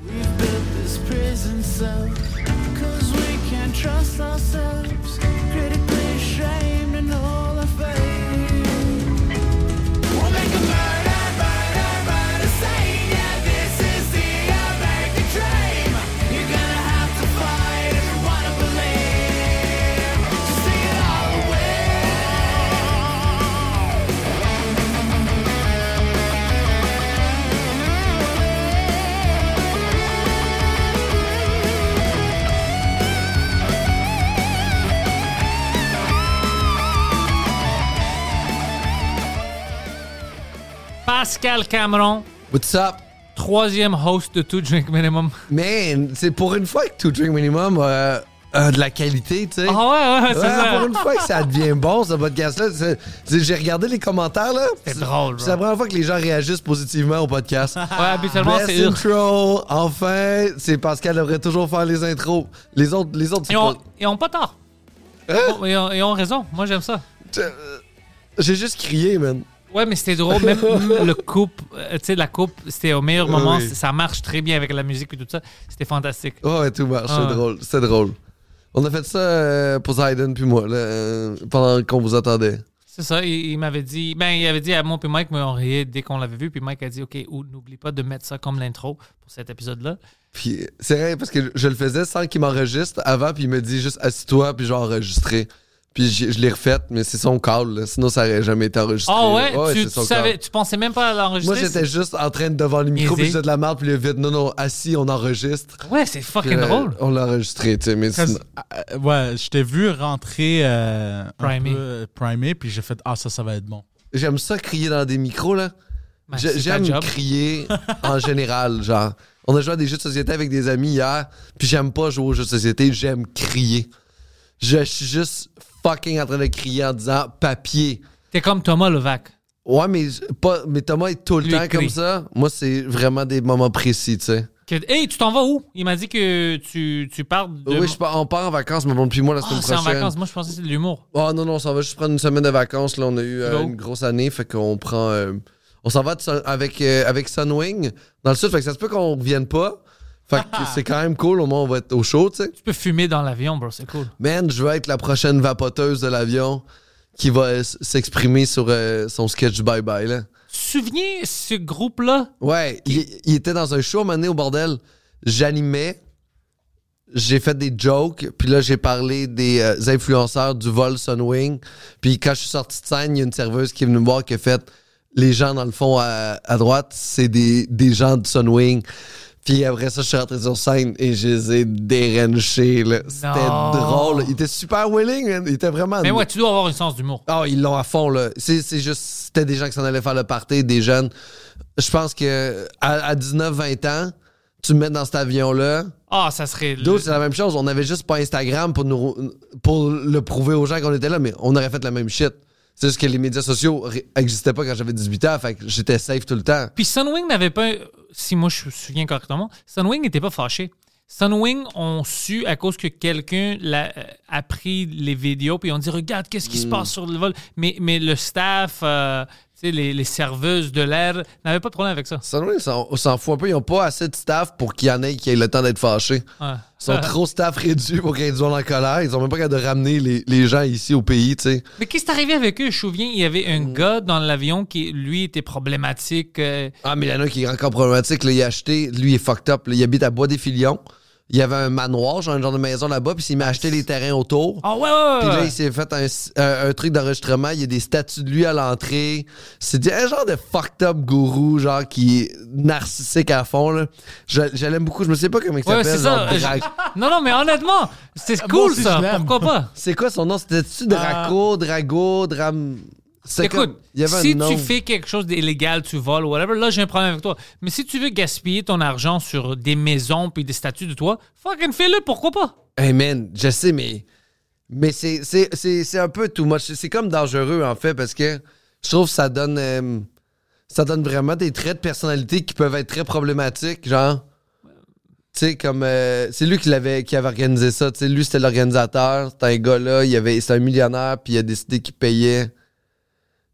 We've built this prison cell Cause we can't trust ourselves Critically ashamed and all our faith We'll make a murder, murder, murder scene Yeah, this is the American dream You're gonna have to fight if you wanna believe To see it all away Pascal Cameron, What's up? troisième host de tout Drink Minimum. Man, c'est pour une fois que tout drink minimum a a de la qualité, tu sais. Ah ouais, ouais, c'est Ouais, ça. Pour une fois que ça devient bon, ce podcast-là. C'est- c'est- J'ai regardé les commentaires, là. C'est drôle, bro. C'est la première fois que les gens réagissent positivement au podcast. Ouais, habituellement, Best c'est eux. intro, enfin, c'est Pascal devrait toujours faire les intros. Les autres, les autres, c'est Ils ont, pas- ils ont pas tort. Hein? Bon, Ils, ont, ils ont raison. Moi, j'aime ça. Euh, J'ai juste crié, man. Ouais, mais c'était drôle. Même le coupe, euh, tu sais, la coupe, c'était au meilleur moment. Ah Oui. C- Ça marche très bien avec la musique et tout ça. C'était fantastique. Oh, ouais, tout marche, Ah. c'est drôle, c'est drôle. On a fait ça euh, pour Zayden puis moi, là, euh, pendant qu'on vous attendait. C'est ça. Il, il m'avait dit, ben, il avait dit à moi puis Mike, mais on riait dès qu'on l'avait vu. Puis Mike a dit, OK, ou- n'oublie pas de mettre ça comme l'intro pour cet épisode-là. Puis c'est vrai, parce que je le faisais sans qu'il m'enregistre avant, puis il me dit juste assis-toi, puis j'ai enregistré. Puis j'ai- je l'ai refaite, mais c'est son call, là. sinon ça aurait jamais été enregistré. Ah ouais, tu, c'est tu son savais, call. tu pensais même pas à l'enregistrer. Moi, j'étais juste en train de devant le Niaiser. micro, puis je faisais de la merde, puis le vide, non, non, assis, on enregistre. Ouais, c'est fucking Puis, euh, drôle. On l'a enregistré, tu sais, mais Parce- sinon- euh, ouais, je t'ai vu rentrer euh, un Primé. peu, euh, primé, puis j'ai fait Ah, ça, ça va être bon. j'aime ça crier dans des micros, là. Ben, J'ai- c'est ta J'aime job. crier en général, genre. On a joué à des jeux de société avec des amis hier, puis j'aime pas jouer aux jeux de société, j'aime crier. Je suis juste fucking en train de crier en disant papier. T'es comme Thomas Levac. Ouais, mais, j- pas, mais Thomas est tout le Lui, temps il comme crie. ça. Moi, c'est vraiment des moments précis, tu sais. Que- hey, tu t'en vas où? Il m'a dit que tu, tu pars de. Oui, je pars- on part en vacances, mais bon, depuis moi la Ah, semaine c'est en prochaine. vacances. Moi, je pensais que c'est de l'humour. Oh non, non, on s'en va juste prendre une semaine de vacances. Là, on a eu euh, Go. une grosse année, fait qu'on prend. euh, on s'en va de Sun- avec, euh, avec Sunwing dans le sud, fait que ça se peut qu'on revienne pas. Fait que c'est quand même cool, au moins on va être au chaud, tu sais. Tu peux fumer dans l'avion, bro, c'est cool. Man, je veux être la prochaine vapoteuse de l'avion qui va euh, s- s'exprimer sur euh, son sketch du Bye Bye, là. Tu te souviens ce groupe-là? Ouais, il, il était dans un show à un moment donné, au bordel. J'animais, j'ai fait des jokes, puis là j'ai parlé des euh, influenceurs du vol Sunwing. Puis quand je suis sorti de scène, il y a une serveuse qui est venue me voir qui a fait les gens dans le fond à, à droite, c'est des, des gens du Sunwing. Puis après ça, je suis rentré sur scène et je les ai dérenchés. là. C'était Non. drôle. Il était super willing. man. Il était vraiment. Mais ouais, tu dois avoir un sens d'humour. Ah, ils l'ont à fond, là. C'est c'est juste, c'était des gens qui s'en allaient faire le party, des jeunes. Je pense que à, à 19, 20 ans, tu me mets dans cet avion-là. Ah, ça serait. le- D'autres, c'est la même chose. On n'avait juste pas Instagram pour, nous, pour le prouver aux gens qu'on était là, mais on aurait fait la même shit. C'est juste que les médias sociaux ré- existaient pas quand j'avais 18 ans, fait que j'étais safe tout le temps. Puis Sunwing n'avait pas. Si moi je me souviens correctement, Sunwing n'était pas fâché. Sunwing ont su à cause que quelqu'un l'a- euh, a pris les vidéos puis on dit regarde qu'est-ce qui Hmm. se passe sur le vol. Mais, mais le staff, euh, tu sais, les, les serveuses de l'air n'avaient pas de problème avec ça. Sunwing, ils s'en- s'en fout un peu. Ils ont pas assez de staff pour qu'il y en ait qui aient le temps d'être fâchés. Ouais. Ils sont trop staff réduits pour qu'il y ait du monde en colère. Ils ont même pas capable de ramener les, les gens ici au pays, tu sais. Mais qu'est-ce qui est arrivé avec eux? Je me souviens, il y avait un Mm. gars dans l'avion qui, lui, était problématique. euh, Ah, mais il y en a un qui est encore problématique. Là, il a acheté, lui, il est fucked up. là. il habite à Bois des Filions. Il avait un manoir, genre un genre de maison là-bas, puis il m'a acheté les terrains autour. Ah ouais, ouais, ouais, Puis là, ouais. il s'est fait un, euh, un- un truc d'enregistrement. Il y a des statues de lui à l'entrée. C'est du- un genre de fucked up gourou, genre qui est narcissique à fond. Là. Je, je l'aime beaucoup. Je me sais pas comment il Ouais, s'appelle. c'est ça. genre Drac- Non, non, mais honnêtement, c'est Ah, cool moi aussi, ça. je l'aime. Pourquoi pas? C'est quoi son nom? C'était-tu Draco, Drago, Dram... C'était Ah. Écoute, comme- il y avait un si tu nombre. fais quelque chose d'illégal, tu voles ou whatever, là, j'ai un problème avec toi. Mais si tu veux gaspiller ton argent sur des maisons puis des statues de toi, fucking fais-le, pourquoi pas? Hey man, je sais, mais. Mais c'est- c'est c'est- c'est un peu too much. C'est- C'est comme dangereux, en fait, parce que je trouve que ça donne. euh, ça donne vraiment des traits de personnalité qui peuvent être très problématiques, genre. Tu sais, comme. euh, c'est lui qui, l'avait qui avait organisé ça. Tu sais, lui, c'était l'organisateur. C'était un gars-là. il avait- C'était un millionnaire, puis il a décidé qu'il payait.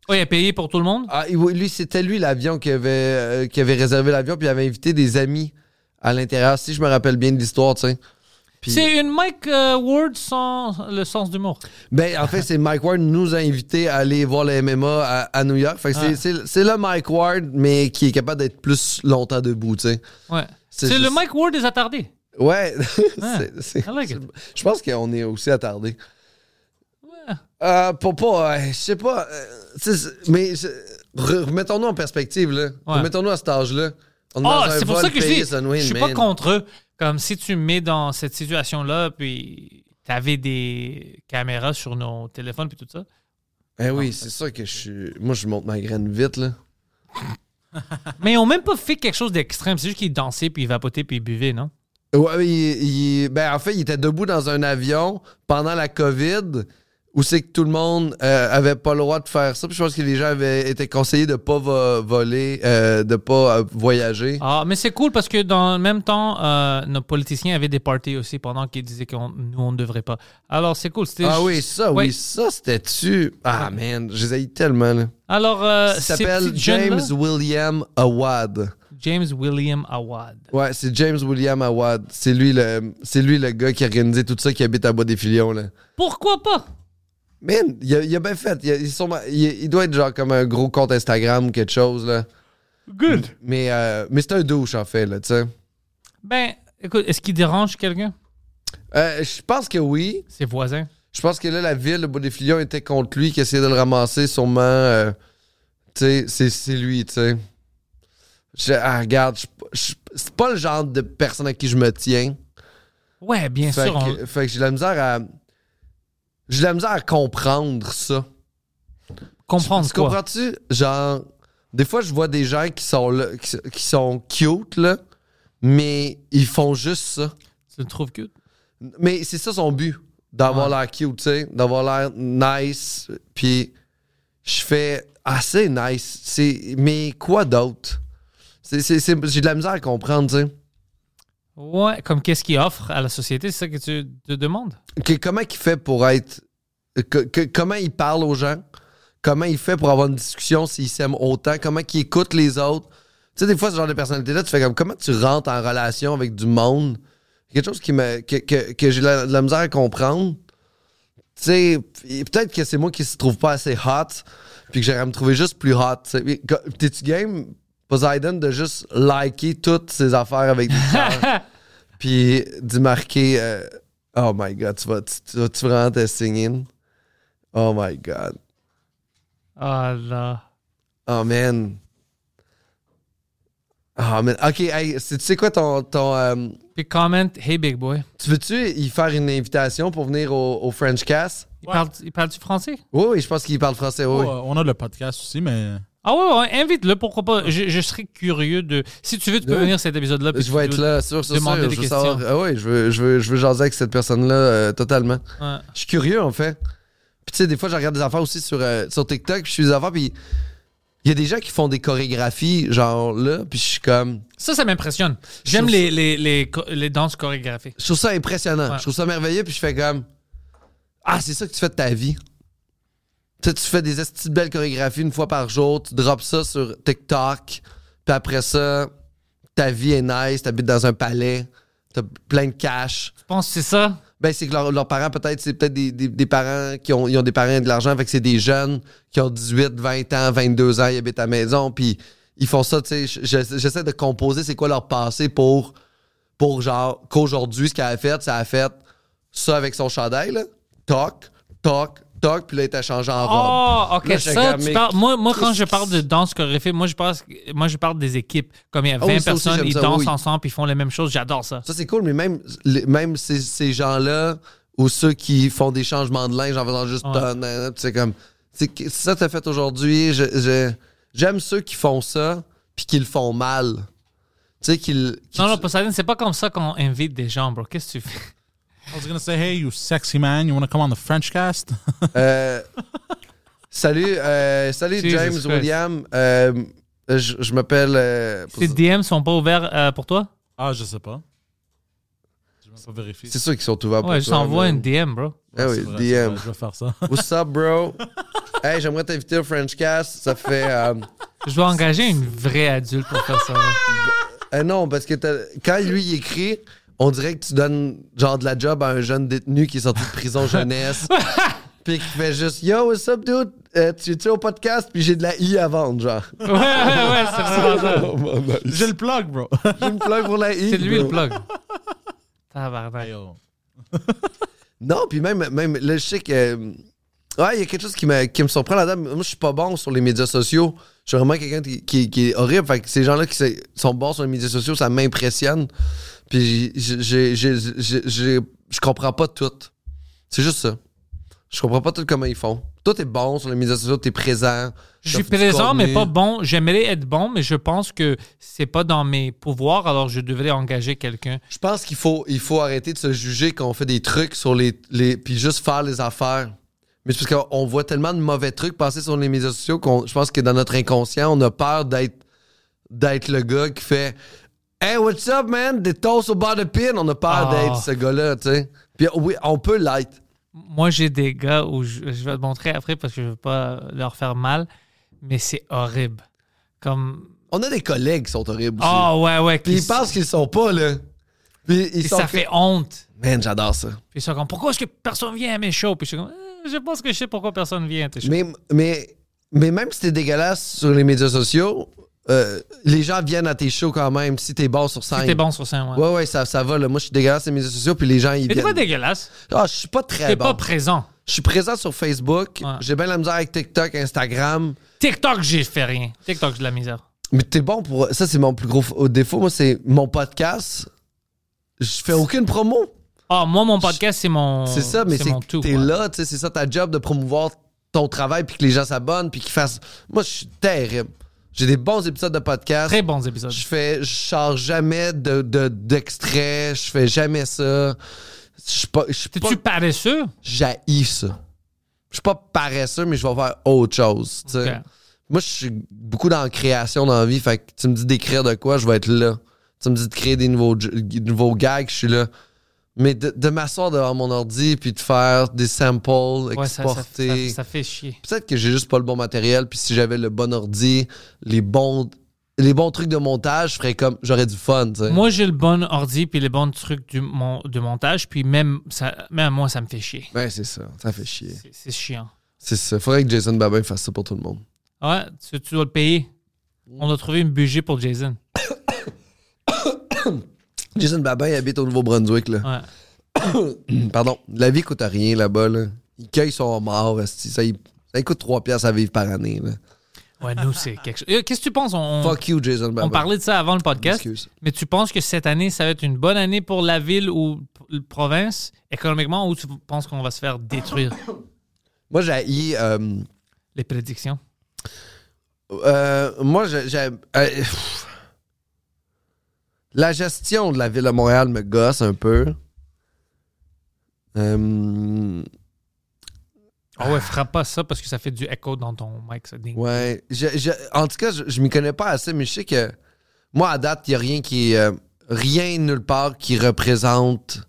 Oui, Oh, il a payé pour tout le monde. Ah, et oui, lui, c'était lui l'avion qui avait, euh, qui avait réservé l'avion, puis il avait invité des amis à l'intérieur, si je me rappelle bien de l'histoire, tu sais. Puis- C'est une Mike euh, Ward sans le sens d'humour. Ben, en fait, c'est Mike Ward nous a invités à aller voir le MMA à, à New York. Fait que c'est- Ah. c'est c'est le Mike Ward, mais qui est capable d'être plus longtemps debout, tu sais. Ouais. C'est C'est le juste- Mike Ward des attardés. Ouais. Ah, C'est- c'est- I like it. Je pense qu'on est aussi attardé. Euh, pour pas, euh, je sais pas, euh, tu sais, c'est- mais je- re- remettons-nous en perspective, là. Remettons-nous à cet âge-là. On est Ah, dans un c'est pour vol ça que je payé dis, Sunwin, je suis pas man. contre eux. Comme si tu me mets dans cette situation-là, puis t'avais des caméras sur nos téléphones puis tout ça. Eh oui, c'est ça que je suis. Moi, je monte ma graine vite, là. Mais ils ont même pas fait quelque chose d'extrême. C'est juste qu'ils dansaient, puis ils vapotaient, puis ils buvaient, non? Ouais, mais il, il- ben, en fait, il était debout dans un avion pendant la COVID où c'est que tout le monde euh, avait pas le droit de faire ça. Puis je pense que les gens avaient été conseillés de pas vo- voler, euh, de pas euh, voyager. Ah, mais c'est cool parce que dans le même temps, euh, nos politiciens avaient des parties aussi pendant qu'ils disaient que nous, on ne devrait pas. Alors, c'est cool. c'était Ah, juste- oui, ça, Ouais. oui, ça, c'était-tu. Ah, man, je les haïs tellement, là. Alors, euh, Il ces s'appelle petits jeunes-là- James William Awad. James William Awad. Ouais, c'est James William Awad. C'est lui, le, c'est lui le gars qui a organisé tout ça, qui habite à Bois des Filions, là. Pourquoi pas? Man, il a, il a bien fait. Il, a- il est sûrement- il- il doit être genre comme un gros compte Instagram ou quelque chose, là. Good. Mais, euh, mais c'est un douche, en fait, là, tu sais. Ben, écoute, est-ce qu'il dérange quelqu'un? Euh, je pense que oui. Ses voisins? Je pense que là, la ville, le bout des filions était contre lui, qui essayait de le ramasser, sûrement. euh, tu sais, c'est- c'est lui, tu sais. Je- ah, regarde, je- je- c'est pas le genre de personne à qui je me tiens. Ouais, bien fait, sûr. hein. on- que, fait que j'ai de la misère à. J'ai de la misère à comprendre ça. Comprendre Tu quoi? comprends-tu? Genre, des fois, je vois des gens qui sont là, qui, qui sont cute, là, mais ils font juste ça. Tu le trouves cute? Mais c'est ça son but, d'avoir l'air cute, tu sais, d'avoir l'air nice. Puis je fais assez nice. C'est, mais quoi d'autre? C'est, c'est- c'est- j'ai de la misère à comprendre, tu sais. Ouais, comme qu'est-ce qu'il offre à la société? C'est ça que tu te demandes? Que- comment il fait pour être. que- que- comment il parle aux gens? Comment il fait pour avoir une discussion s'il s'aime autant? Comment il écoute les autres? Tu sais, des fois, ce genre de personnalité-là, tu fais comme comment tu rentres en relation avec du monde? Quelque chose qui me, que, que- que j'ai de la, de la misère à comprendre. Tu sais, et peut-être que c'est moi qui se trouve pas assez hot, puis que j'aimerais à me trouver juste plus hot. tu sais. Mais co- T'es-tu game, Poseidon, de juste liker toutes ses affaires avec des cœurs, puis d'y marquer euh, Oh my god, tu vas, tu, tu vas- tu vraiment te signer? Oh my god. Ah là. Oh man. Oh man. Ok, hey, c'est- tu sais quoi ton. ton euh, Puis comment, hey big boy. tu veux-tu y faire une invitation pour venir au, au French Cast? Il parle, il parle du français? Oui, oui, je pense qu'il parle français, oui. Oh, euh, on a le podcast aussi, mais. Ah ouais, ouais, invite-le, pourquoi pas? Je, je serais curieux de. Si tu veux, tu peux Ouais. venir cet épisode-là. puis Je tu vais nous- être là, sûr, sûr, sûr. demander des Je veux savoir. Ah oui, je veux, je, veux, je veux jaser avec cette personne-là euh, totalement. Ouais. Je suis curieux, en fait. Puis tu sais, des fois, je regarde des affaires aussi sur, euh, sur TikTok, puis je suis des affaires, puis il y a des gens qui font des chorégraphies, genre là, puis je suis comme... Ça, ça m'impressionne. J'aime Sur- les, les, les, co- les danses chorégraphiées. Je trouve ça impressionnant. Ouais. Je trouve ça merveilleux, puis je fais comme... Ah, c'est ça que tu fais de ta vie. Tu sais, tu fais des esti de belles chorégraphies une fois par jour, tu drops ça sur TikTok, puis après ça, ta vie est nice, t'habites dans un palais, t'as plein de cash. Je pense que c'est ça. Ben, c'est que leurs leurs parents, peut-être, c'est peut-être des, des- des parents qui ont, ils ont des parents et de l'argent, fait que c'est des jeunes qui ont 18, 20 ans, 22 ans, ils habitent à la maison, puis ils font ça, tu sais. j- j'essa- J'essaie de composer c'est quoi leur passé pour, pour genre, qu'aujourd'hui, ce qu'elle a fait, ça a fait ça avec son chandail, là. Toc, toc, toc, puis là, il t'a changé en robe. Oh, ok. Là, je ça, regarde, tu mais parles- moi, moi, quand qu'est-ce je qui parle de danse chorégraphiée, moi, je, pense, moi, je parle des équipes. Comme il y a 20 Ah oui, ça aussi, personnes, j'aime ils ça, dansent oui. ensemble, puis ils font la même chose. J'adore ça. Ça, c'est cool, mais même, les- même ces, ces gens-là ou ceux qui font des changements de linge en faisant juste... Ouais. ton, nan, nan, puis c'est comme... C'est que- si ça t'a fait aujourd'hui, je- je- j'aime ceux qui font ça puis qui le font mal. Tu sais, qu'ils. qu'ils- Non, non, Poseidon, c'est pas comme ça qu'on invite des gens, bro. Qu'est-ce que tu fais? I was gonna say, hey, you sexy man, you wanna come on the French cast? Euh, salut, euh, salut Jesus James Christ. William. Euh, je je m'appelle. euh, pour- Tes DM sont pas ouverts euh, pour toi? ah, je sais pas. Je vais même pas vérifier. c'est sûr qu'ils sont ouverts pour Ouais, je toi, t'envoie man. une DM, bro. Ah oui, C'est vrai, c'est DM. vrai, Je vais faire ça. What's up, bro? hey, j'aimerais t'inviter au French Cast. Ça fait. euh, Je dois engager une vraie adulte pour faire ça. là. euh, non, parce que t'as- quand lui il écrit, on dirait que tu donnes genre de la job à un jeune détenu qui est sorti de prison jeunesse. Puis qui fait juste Yo, what's up, dude? Euh, tu es au podcast? Puis j'ai de la I à vendre, genre. Ouais, ouais, ouais, c'est vraiment ça. Oh, mon nice. J'ai le plug, bro. Il me plug pour la I. C'est lui le bro. plug. Tabarnak. Yo. Non, puis même, même là, je sais que. euh, Ouais, il y a quelque chose qui me, qui me surprend là-dedans. Moi, je suis pas bon sur les médias sociaux. Je suis vraiment quelqu'un qui, qui- qui est horrible. Fait que ces gens-là qui se- sont bons sur les médias sociaux, ça m'impressionne. Puis j'ai- j'ai- j'ai- j'ai- j'ai- je comprends pas tout. C'est juste ça. Je comprends pas tout comment ils font. Toi, t'es bon sur les médias sociaux, t'es présent. Je suis T'offres du présent, mais contenu. pas bon. J'aimerais être bon, mais je pense que c'est pas dans mes pouvoirs, alors je devrais engager quelqu'un. Je pense qu'il faut, il faut arrêter de se juger quand on fait des trucs sur les. les puis juste faire les affaires. Mais c'est parce qu'on voit tellement de mauvais trucs passer sur les médias sociaux qu'on je pense que dans notre inconscient, on a peur d'être d'être le gars qui fait Hey, what's up, man? Des toasts au bar de pin. On a peur Ah. d'être ce gars-là, tu sais. Puis oui, on peut l'être. Moi, j'ai des gars où je, je vais te montrer après parce que je veux pas leur faire mal, mais c'est horrible. Comme. On a des collègues qui sont horribles aussi. Ah ouais, ouais. Puis qui- ils pensent qu'ils sont pas, là. Puis ils puis sont ça fait honte. Man, j'adore ça. Puis ils sont comme, pourquoi est-ce que personne vient à mes shows? Puis je suis comme, Euh, je pense que je sais pourquoi personne vient à tes shows. Mais, mais, mais même si t'es dégueulasse sur les médias sociaux, euh, les gens viennent à tes shows quand même si t'es bon sur scène. T'es bon sur scène, ouais. Ouais, ouais, ça, ça va. Là. Moi, je suis dégueulasse sur les médias sociaux, puis les gens, ils mais t'es pas viennent. dégueulasse. Ah, je suis pas très T'es bon. pas présent. je suis présent sur Facebook. Ouais. J'ai bien la misère avec TikTok, Instagram. TikTok, j'ai fait rien. TikTok, j'ai de la misère. Mais t'es bon pour... Ça, c'est mon plus gros f- défaut. Moi, c'est mon podcast. Je fais aucune promo. Ah, moi, mon podcast, c'est mon. C'est ça, mais c'est mon que tout. t'es ouais. là, tu sais, c'est ça ta job de promouvoir ton travail puis que les gens s'abonnent puis qu'ils fassent. Moi, je suis terrible. J'ai des bons épisodes de podcast. Très bons épisodes. Je fais, je sors jamais de, de- d'extraits, je fais jamais ça. Je suis pas, je suis pas, T'es-tu paresseux? j'haïs ça. Je suis pas paresseux, mais je vais faire autre chose. tu sais. Ok. Moi, je suis beaucoup dans la création dans la vie. Fait que tu me dis d'écrire de quoi, je vais être là. Tu me dis de créer des nouveaux, ju- des nouveaux gags, je suis là. Mais de, de m'asseoir devant mon ordi puis de faire des samples, Ouais, ça, ça- exporter. ça- ça fait chier. Peut-être que j'ai juste pas le bon matériel, puis si j'avais le bon ordi, les bons, les bons trucs de montage, je ferais comme j'aurais du fun, tu sais. Moi, j'ai le bon ordi puis les bons trucs du, mon, de montage, puis même, ça, même moi, ça me fait chier. Ouais, c'est ça. Ça fait chier. C'est c'est chiant. C'est ça. Faudrait que Jason Babin fasse ça pour tout le monde. Ouais, tu, tu dois le payer. On a trouvé une budget pour Jason. Jason Babin il habite au Nouveau-Brunswick, là. Mm, Ouais. Pardon. La vie coûte rien là-bas, là. Il cueille son mort, esti. ça, il- ça il coûte 3 piastres à vivre par année, là. Ouais, nous, c'est quelque chose. Euh, Qu'est-ce que tu penses? On, on- Fuck you, Jason Babin. on parlait de ça avant le podcast, Excuse. mais tu penses que cette année, ça va être une bonne année pour la ville ou p- province, économiquement, ou tu penses qu'on va se faire détruire Moi, j'ai. les prédictions? Euh, moi, j'ai. j'ai- euh, pff. la gestion de la ville de Montréal me gosse un peu. Euh, Ah ouais, frappe pas ça parce que ça fait du echo dans ton mic, ça ding. ouais. Je- je- en tout cas, je, je m'y connais pas assez, mais je sais que moi, à date, il n'y a rien qui. euh, rien nulle part qui représente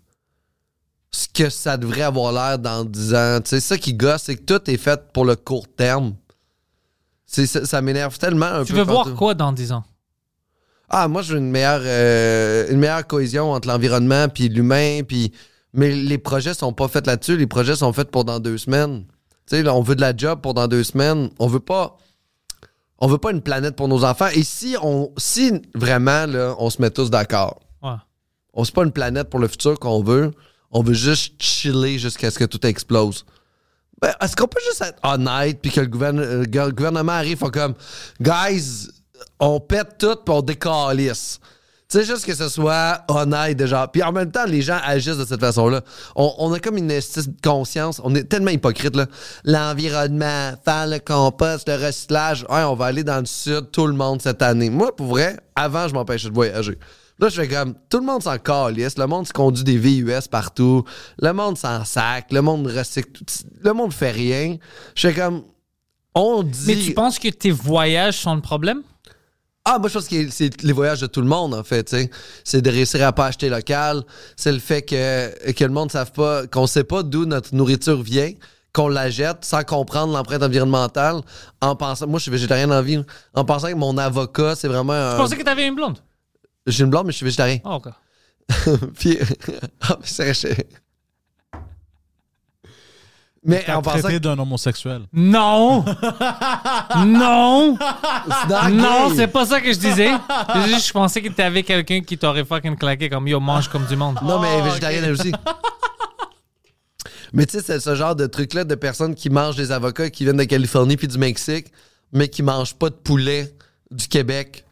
ce que ça devrait avoir l'air dans 10 ans. Tu sais, ça qui gosse, c'est que tout est fait pour le court terme. C'est- Ça, ça m'énerve tellement un Tu peu. veux voir partout. quoi dans 10 ans? Ah, moi, je veux une meilleure, euh, une meilleure cohésion entre l'environnement puis l'humain. Puis... Mais les projets sont pas faits là-dessus. Les projets sont faits pour dans deux semaines. Tu sais, là, on veut de la job pour dans deux semaines. On veut pas. On veut pas une planète pour nos enfants. Et si on, si vraiment là, on se met tous d'accord, Ouais. on c'est pas une planète pour le futur qu'on veut. On veut juste chiller jusqu'à ce que tout explose. Ben, est-ce qu'on peut juste être honnête puis que le, gouverne- euh, que le gouvernement arrive font comme guys, on pète tout puis on décalisse. Tu sais, juste que ce soit honnête, de genre. Puis en même temps, les gens agissent de cette façon-là. On, on a comme une espèce de conscience. On est tellement hypocrite, là. L'environnement, faire le compost, le recyclage. Ouais, on va aller dans le sud, tout le monde cette année. Moi, pour vrai, avant, je m'empêchais de voyager. Là, je fais comme. Tout le monde s'en calisse. Le monde se conduit des VUS partout. Le monde s'en sac. Le monde recycle. tout- Le monde fait rien. Je fais comme. On dit. Mais tu penses que tes voyages sont le problème? Ah, moi, je pense que c'est les voyages de tout le monde, en fait. tu sais. C'est de réussir à pas acheter local. C'est le fait que, que le monde ne savent pas, qu'on sait pas d'où notre nourriture vient, qu'on la jette sans comprendre l'empreinte environnementale. En pensant, moi, je suis végétarien dans la vie. là. En pensant que mon avocat, c'est vraiment. Je un- pensais que t'avais une blonde. J'ai une blonde, mais je suis végétarien. Ah, ok. Puis. ah, mais c'est vrai, je- Mais T'as en pensant traité que. d'un homosexuel. Non! non! Non, gay. c'est pas ça que je disais. C'est juste, je pensais que t'avais quelqu'un qui t'aurait fucking claqué comme yo, mange comme du monde. Non, mais végétarienne elle aussi. mais tu sais, c'est ce genre de truc-là de personnes qui mangent des avocats qui viennent de Californie puis du Mexique, mais qui mangent pas de poulet du Québec.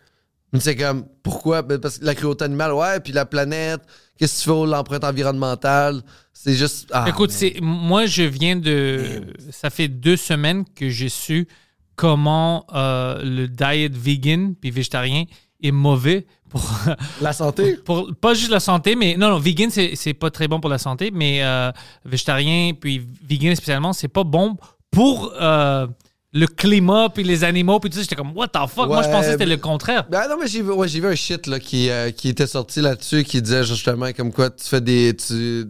Mais c'est comme, pourquoi? Ben, Parce que la cruauté animale, ouais, puis la planète, qu'est-ce qu'il faut, l'empreinte environnementale, c'est juste... ah, Écoute, mais- c'est moi je viens de. Ça fait deux semaines que j'ai su comment euh, le diet vegan puis végétarien est mauvais pour, La santé? pour pas juste la santé, mais non non vegan c'est c'est pas très bon pour la santé, mais euh, végétarien puis vegan spécialement c'est pas bon pour euh, le climat puis les animaux puis tout ça. J'étais comme what the fuck, moi je Ouais, pensais que c'était mais- le contraire. Ben non, mais j'ai vu, ouais, j'ai vu un shit là, qui, euh, qui était sorti là-dessus qui disait justement comme quoi tu fais des... Tu,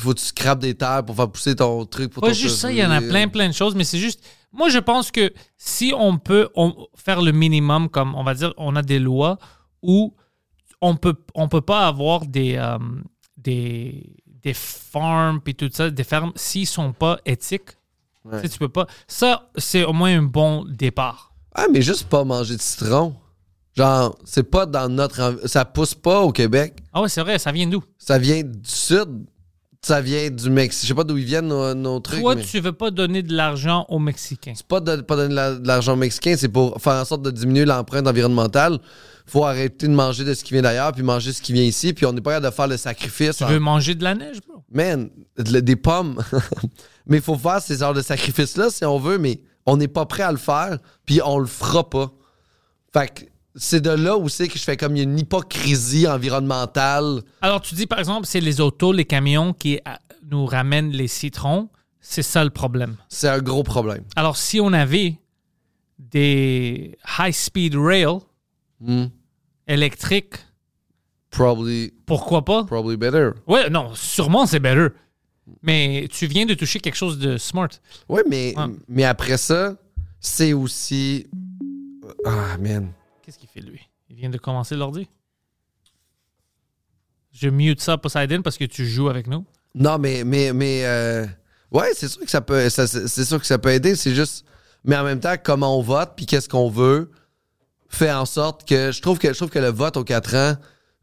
faut que tu scrapes des terres pour faire pousser ton truc pour Pas ton juste ça, il y en a cheveu. plein, plein de choses, mais c'est juste. Moi, je pense que si on peut on- faire le minimum, comme on va dire, on a des lois où on peut, on peut pas avoir des, euh, des, des farms puis tout ça, des fermes, s'ils sont pas éthiques. Tu sais, tu peux pas. Ça, c'est au moins un bon départ. Ah, mais juste pas manger de citron. Genre, c'est pas dans notre. env- Ça pousse pas au Québec. Ah ouais, c'est vrai, ça vient d'où? Ça vient du Sud. Ça vient du Mexique. Je sais pas d'où ils viennent nos, nos trucs. Toi, mais tu veux pas donner de l'argent aux Mexicains. C'est pas de pas donner de la- de l'argent mexicain, c'est pour faire en sorte de diminuer l'empreinte environnementale. Faut arrêter de manger de ce qui vient d'ailleurs, puis manger ce qui vient ici, puis on n'est pas capable de faire le sacrifice. Tu en- veux manger de la neige, bro? Man, le- des pommes. mais il faut faire ces genres de sacrifices-là si on veut, mais on n'est pas prêt à le faire, puis on le fera pas. Fait que c'est de là où c'est que je fais comme il y a une hypocrisie environnementale. Alors, tu dis, par exemple, c'est les autos, les camions qui à, nous ramènent les citrons. C'est ça le problème. C'est un gros problème. Alors, si on avait des high-speed rail Hmm. électriques, Probably, pourquoi pas? probably better. Ouais, non, sûrement c'est better. Mais tu viens de toucher quelque chose de smart. Oui, mais, Ouais. mais après ça, c'est aussi. Ah, man. Qu'est-ce qu'il fait, lui? Il vient de commencer l'ordi. Je mute ça, Poseidon, parce que tu joues avec nous. Non, mais mais mais euh, ouais, c'est sûr que ça peut ça- c'est c'est sûr que ça peut aider, c'est juste mais en même temps comment on vote puis qu'est-ce qu'on veut fait en sorte que je trouve que je trouve que le vote aux quatre ans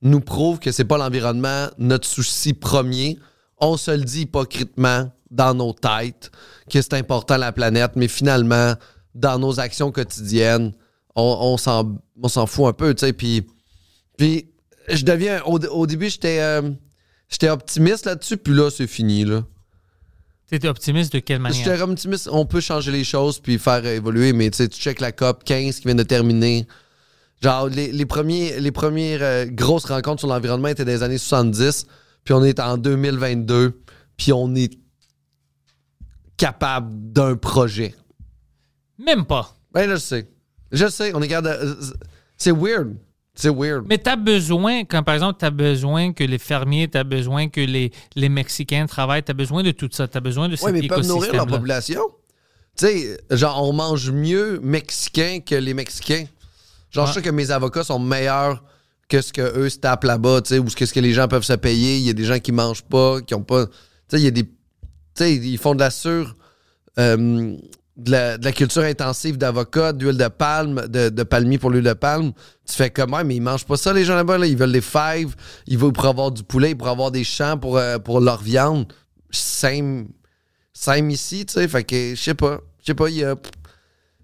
nous prouve que c'est pas l'environnement notre souci premier. On se le dit hypocritement dans nos têtes que c'est important la planète, mais finalement dans nos actions quotidiennes, on, on s'en on s'en fout un peu, tu sais, puis puis je deviens au, au début j'étais euh, J'étais optimiste là-dessus, puis là, c'est fini, là. Tu étais optimiste de quelle manière? J'étais optimiste, on peut changer les choses puis faire euh, évoluer, mais tu sais, tu check la COP 15 qui vient de terminer. Genre, les, les, premiers, les premières euh, grosses rencontres sur l'environnement étaient des années 70, puis on est en 2022, puis on est capable d'un projet. Même pas. Ben, là, je sais. Je sais, on est capable de... C'est weird. C'est weird. Mais tu as besoin, quand par exemple, tu as besoin que les fermiers, tu as besoin que les, les Mexicains travaillent, tu as besoin de tout ça, tu as besoin de cet Oui, mais ils peuvent nourrir leur écosystème-là. population. Tu sais, genre, on mange mieux mexicain que les Mexicains. Genre, je sais que mes avocats sont meilleurs que ce que eux se tapent là-bas, tu sais, ou ce que, ce que les gens peuvent se payer. Il y a des gens qui mangent pas, qui ont pas. Tu sais, il y a des. Tu sais, ils font de la sur. euh, de la, de la culture intensive d'avocats, d'huile de palme, de, de palmier pour l'huile de palme. Tu fais comment? Mais ils mangent pas ça, les gens là-bas. Là. Ils veulent des fèves, ils veulent pour avoir du poulet, pour avoir des champs pour, euh, pour leur viande. Same, same ici, tu sais. Fait que, je sais pas. Je sais pas, il y a...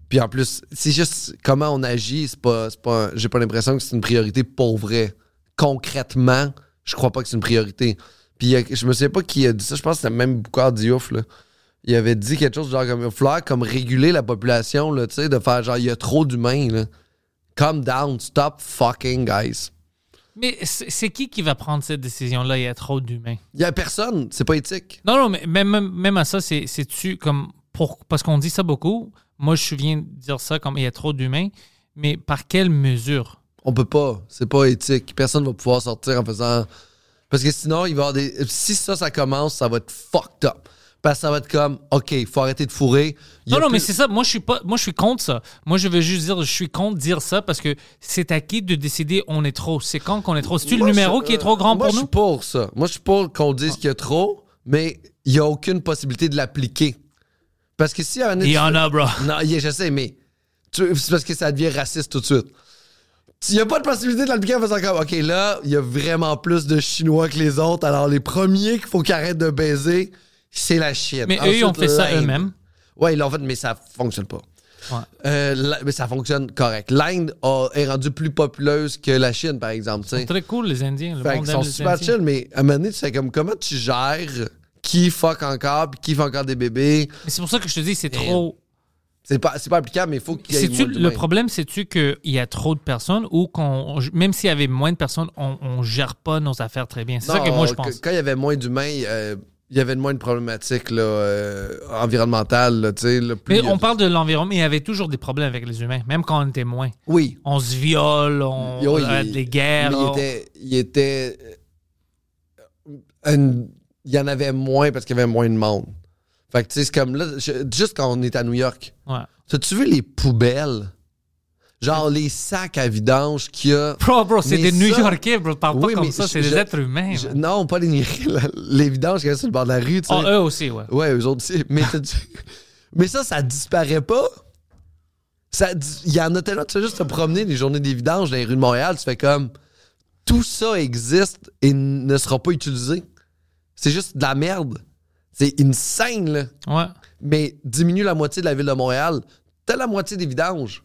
Puis en plus, c'est juste comment on agit, c'est pas... c'est pas un- J'ai pas l'impression que c'est une priorité pour vrai. concrètement, je crois pas que c'est une priorité. Puis il y a- je me souviens pas qui a dit ça, je pense que c'était même Boucard Diouf, là. Il avait dit quelque chose du genre comme, il va falloir comme réguler la population, là, tu sais, de faire genre, il y a trop d'humains, là. Calm down, stop fucking, guys. Mais c'est c'est qui qui va prendre cette décision-là? Il y a trop d'humains. Il y a personne, c'est pas éthique. Non, non, mais même, même- même à ça, c'est- c'est-tu comme. Pour, parce qu'on dit ça beaucoup. Moi, je viens de dire ça comme il y a trop d'humains. Mais par quelle mesure? On peut pas, c'est pas éthique. Personne va pouvoir sortir en faisant. Parce que sinon, il va y avoir des. Si ça, ça commence, ça va être fucked up. Parce que ça va être comme, OK, il faut arrêter de fourrer. Il y Non, a non, mais plus- c'est ça. Moi, je suis pas. Moi, je suis contre ça. Moi, je veux juste dire, je suis contre dire ça parce que c'est à qui de décider on est trop. C'est quand qu'on est trop. C'est-tu le Moi, numéro je- qui est trop grand Moi, pour nous? je Ah. suis pour ça. Moi, je suis pour qu'on dise qu'il y a trop, mais il n'y a aucune possibilité de l'appliquer. Parce que si y en a- Il y en a, bro. Non, il y a- je sais, mais tu- c'est parce que ça devient raciste tout de suite. Il n'y a pas de possibilité de l'appliquer en faisant comme, OK, là, il y a vraiment plus de Chinois que les autres, alors les premiers qu'il faut qu'ils arrêtent de baiser, c'est la Chine. Mais eux, ils ont Ensuite, fait ça l'Inde. eux-mêmes. Ouais, ils l'ont fait, mais ça fonctionne pas. Ouais. Euh, la- mais ça fonctionne correct. L'Inde a- est rendue plus populeuse que la Chine, par exemple. tu sais. C'est très cool, les Indiens. Le Fait monde qu'ils aime sont les super Indiens. chill, mais à un moment donné, tu fais comme comment tu gères qui fuck encore, puis qui fait encore des bébés. Mais c'est pour ça que je te dis, c'est trop. C'est pas, c'est pas applicable, mais il faut qu'il y ait. C'est-tu moins le d'humains. problème, c'est-tu qu'il y a trop de personnes ou qu'on, même s'il y avait moins de personnes, on, on gère pas nos affaires très bien. C'est ça Non, que moi je que- pense. Quand il y avait moins d'humains, euh, il y avait moins de problématiques là, euh, environnementales. Là, tu sais, là, plus Mais il y a on de- parle de l'environnement, mais il y avait toujours des problèmes avec les humains, même quand on était moins. Oui. On se viole, on Yo, on il- a des guerres. mais il on- était. Il était, euh, une- il y en avait moins parce qu'il y avait moins de monde. Fait que tu sais, c'est comme là, je- juste quand on est à New York, Ouais. T'as-tu vu les poubelles? Genre les sacs à vidange qu'il y a. Bro, bro, c'est des Mais New ça- Yorkais, bro. Parle Oui, pas comme mais ça, je- c'est des je- êtres humains. Je- man. non, pas les les vidanges qu'il y a sur le bord de la rue, tu sais. Ah, eux aussi, ouais. Ouais, eux autres aussi. Mais, t'as-tu- mais ça, ça disparaît pas. Ça dis- Il y en a tellement, tu sais, juste te promener les journées des vidanges dans les rues de Montréal, tu fais comme. Tout ça existe et n- ne sera pas utilisé. C'est juste de la merde. C'est insane, là. Ouais. Mais diminue la moitié de la ville de Montréal, t'as la moitié des vidanges.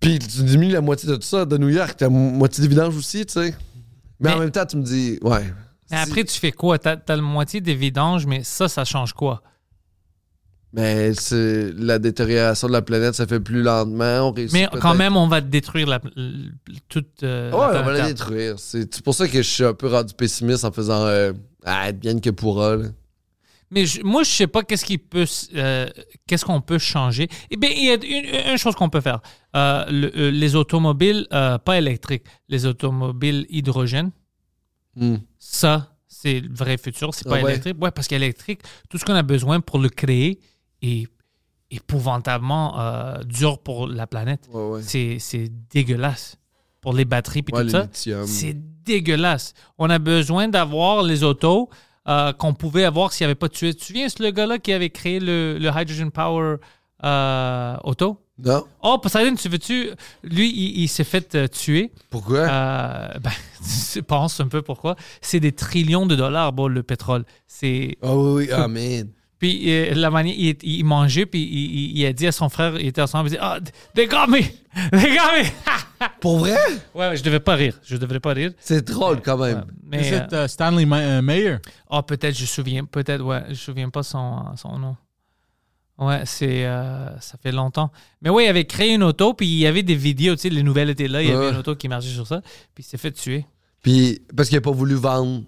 Puis tu diminues la moitié de tout ça de New York, t'as la moitié des vidanges aussi, tu sais. Mais, en Mais- même temps, tu me dis, ouais. Mais Si- après, tu fais quoi? T'as t'as la moitié des vidanges, mais ça, ça change quoi? Mais c'est la détérioration de la planète, ça fait plus lentement. On réussit Mais peut-être- quand même, on va détruire la, l- toute. euh, la Ouais, on va planète la Terre. détruire. C'est c'est pour ça que je suis un peu rendu pessimiste en faisant. Euh, ah, bien que pourra. là. Mais je- moi, je sais pas qu'est-ce qui peut, s- euh, qu'est-ce qu'on peut changer. Eh bien, il y a une, une chose qu'on peut faire. Euh, le- euh, les automobiles, euh, pas électriques, les automobiles hydrogène, Hmm. ça, c'est le vrai futur. C'est pas Ah ouais. électrique. Ouais, parce qu'électrique, tout ce qu'on a besoin pour le créer est épouvantablement euh, dur pour la planète. Ouais, ouais. C'est c'est dégueulasse pour les batteries puis Ouais, tout le ça. lithium. C'est dégueulasse. On a besoin d'avoir les autos euh, qu'on pouvait avoir s'il n'y avait pas de tuer. Tu te souviens, c'est le gars-là qui avait créé le, le Hydrogen Power euh, Auto? Non? Oh, Poseidon, tu veux-tu... Lui, il, il s'est fait euh, tuer. Pourquoi? Euh, ben, tu penses un peu pourquoi. C'est des trillions de dollars, bon, le pétrole. C'est... Oh oui, oui, ah, man. Puis euh, la manière, il, est- il mangeait, puis il, il- il a dit à son frère, il était ensemble, il dit « Ah, they got me! They got me! Pour vrai? » Ouais, ouais, je devais pas rire. Je devrais pas rire. C'est drôle quand même. Mais, Is euh, it uh, Stanley Ma- uh, Mayer? Ah, peut-être, je me souviens, peut-être, ouais, je me souviens pas son, son nom. Ouais, c'est, euh, ça fait longtemps. Mais ouais, il avait créé une auto, puis il y avait des vidéos, tu sais, les nouvelles étaient là, il y avait Ouais. une auto qui marchait sur ça, puis il s'est fait tuer. Puis, parce qu'il a pas voulu vendre.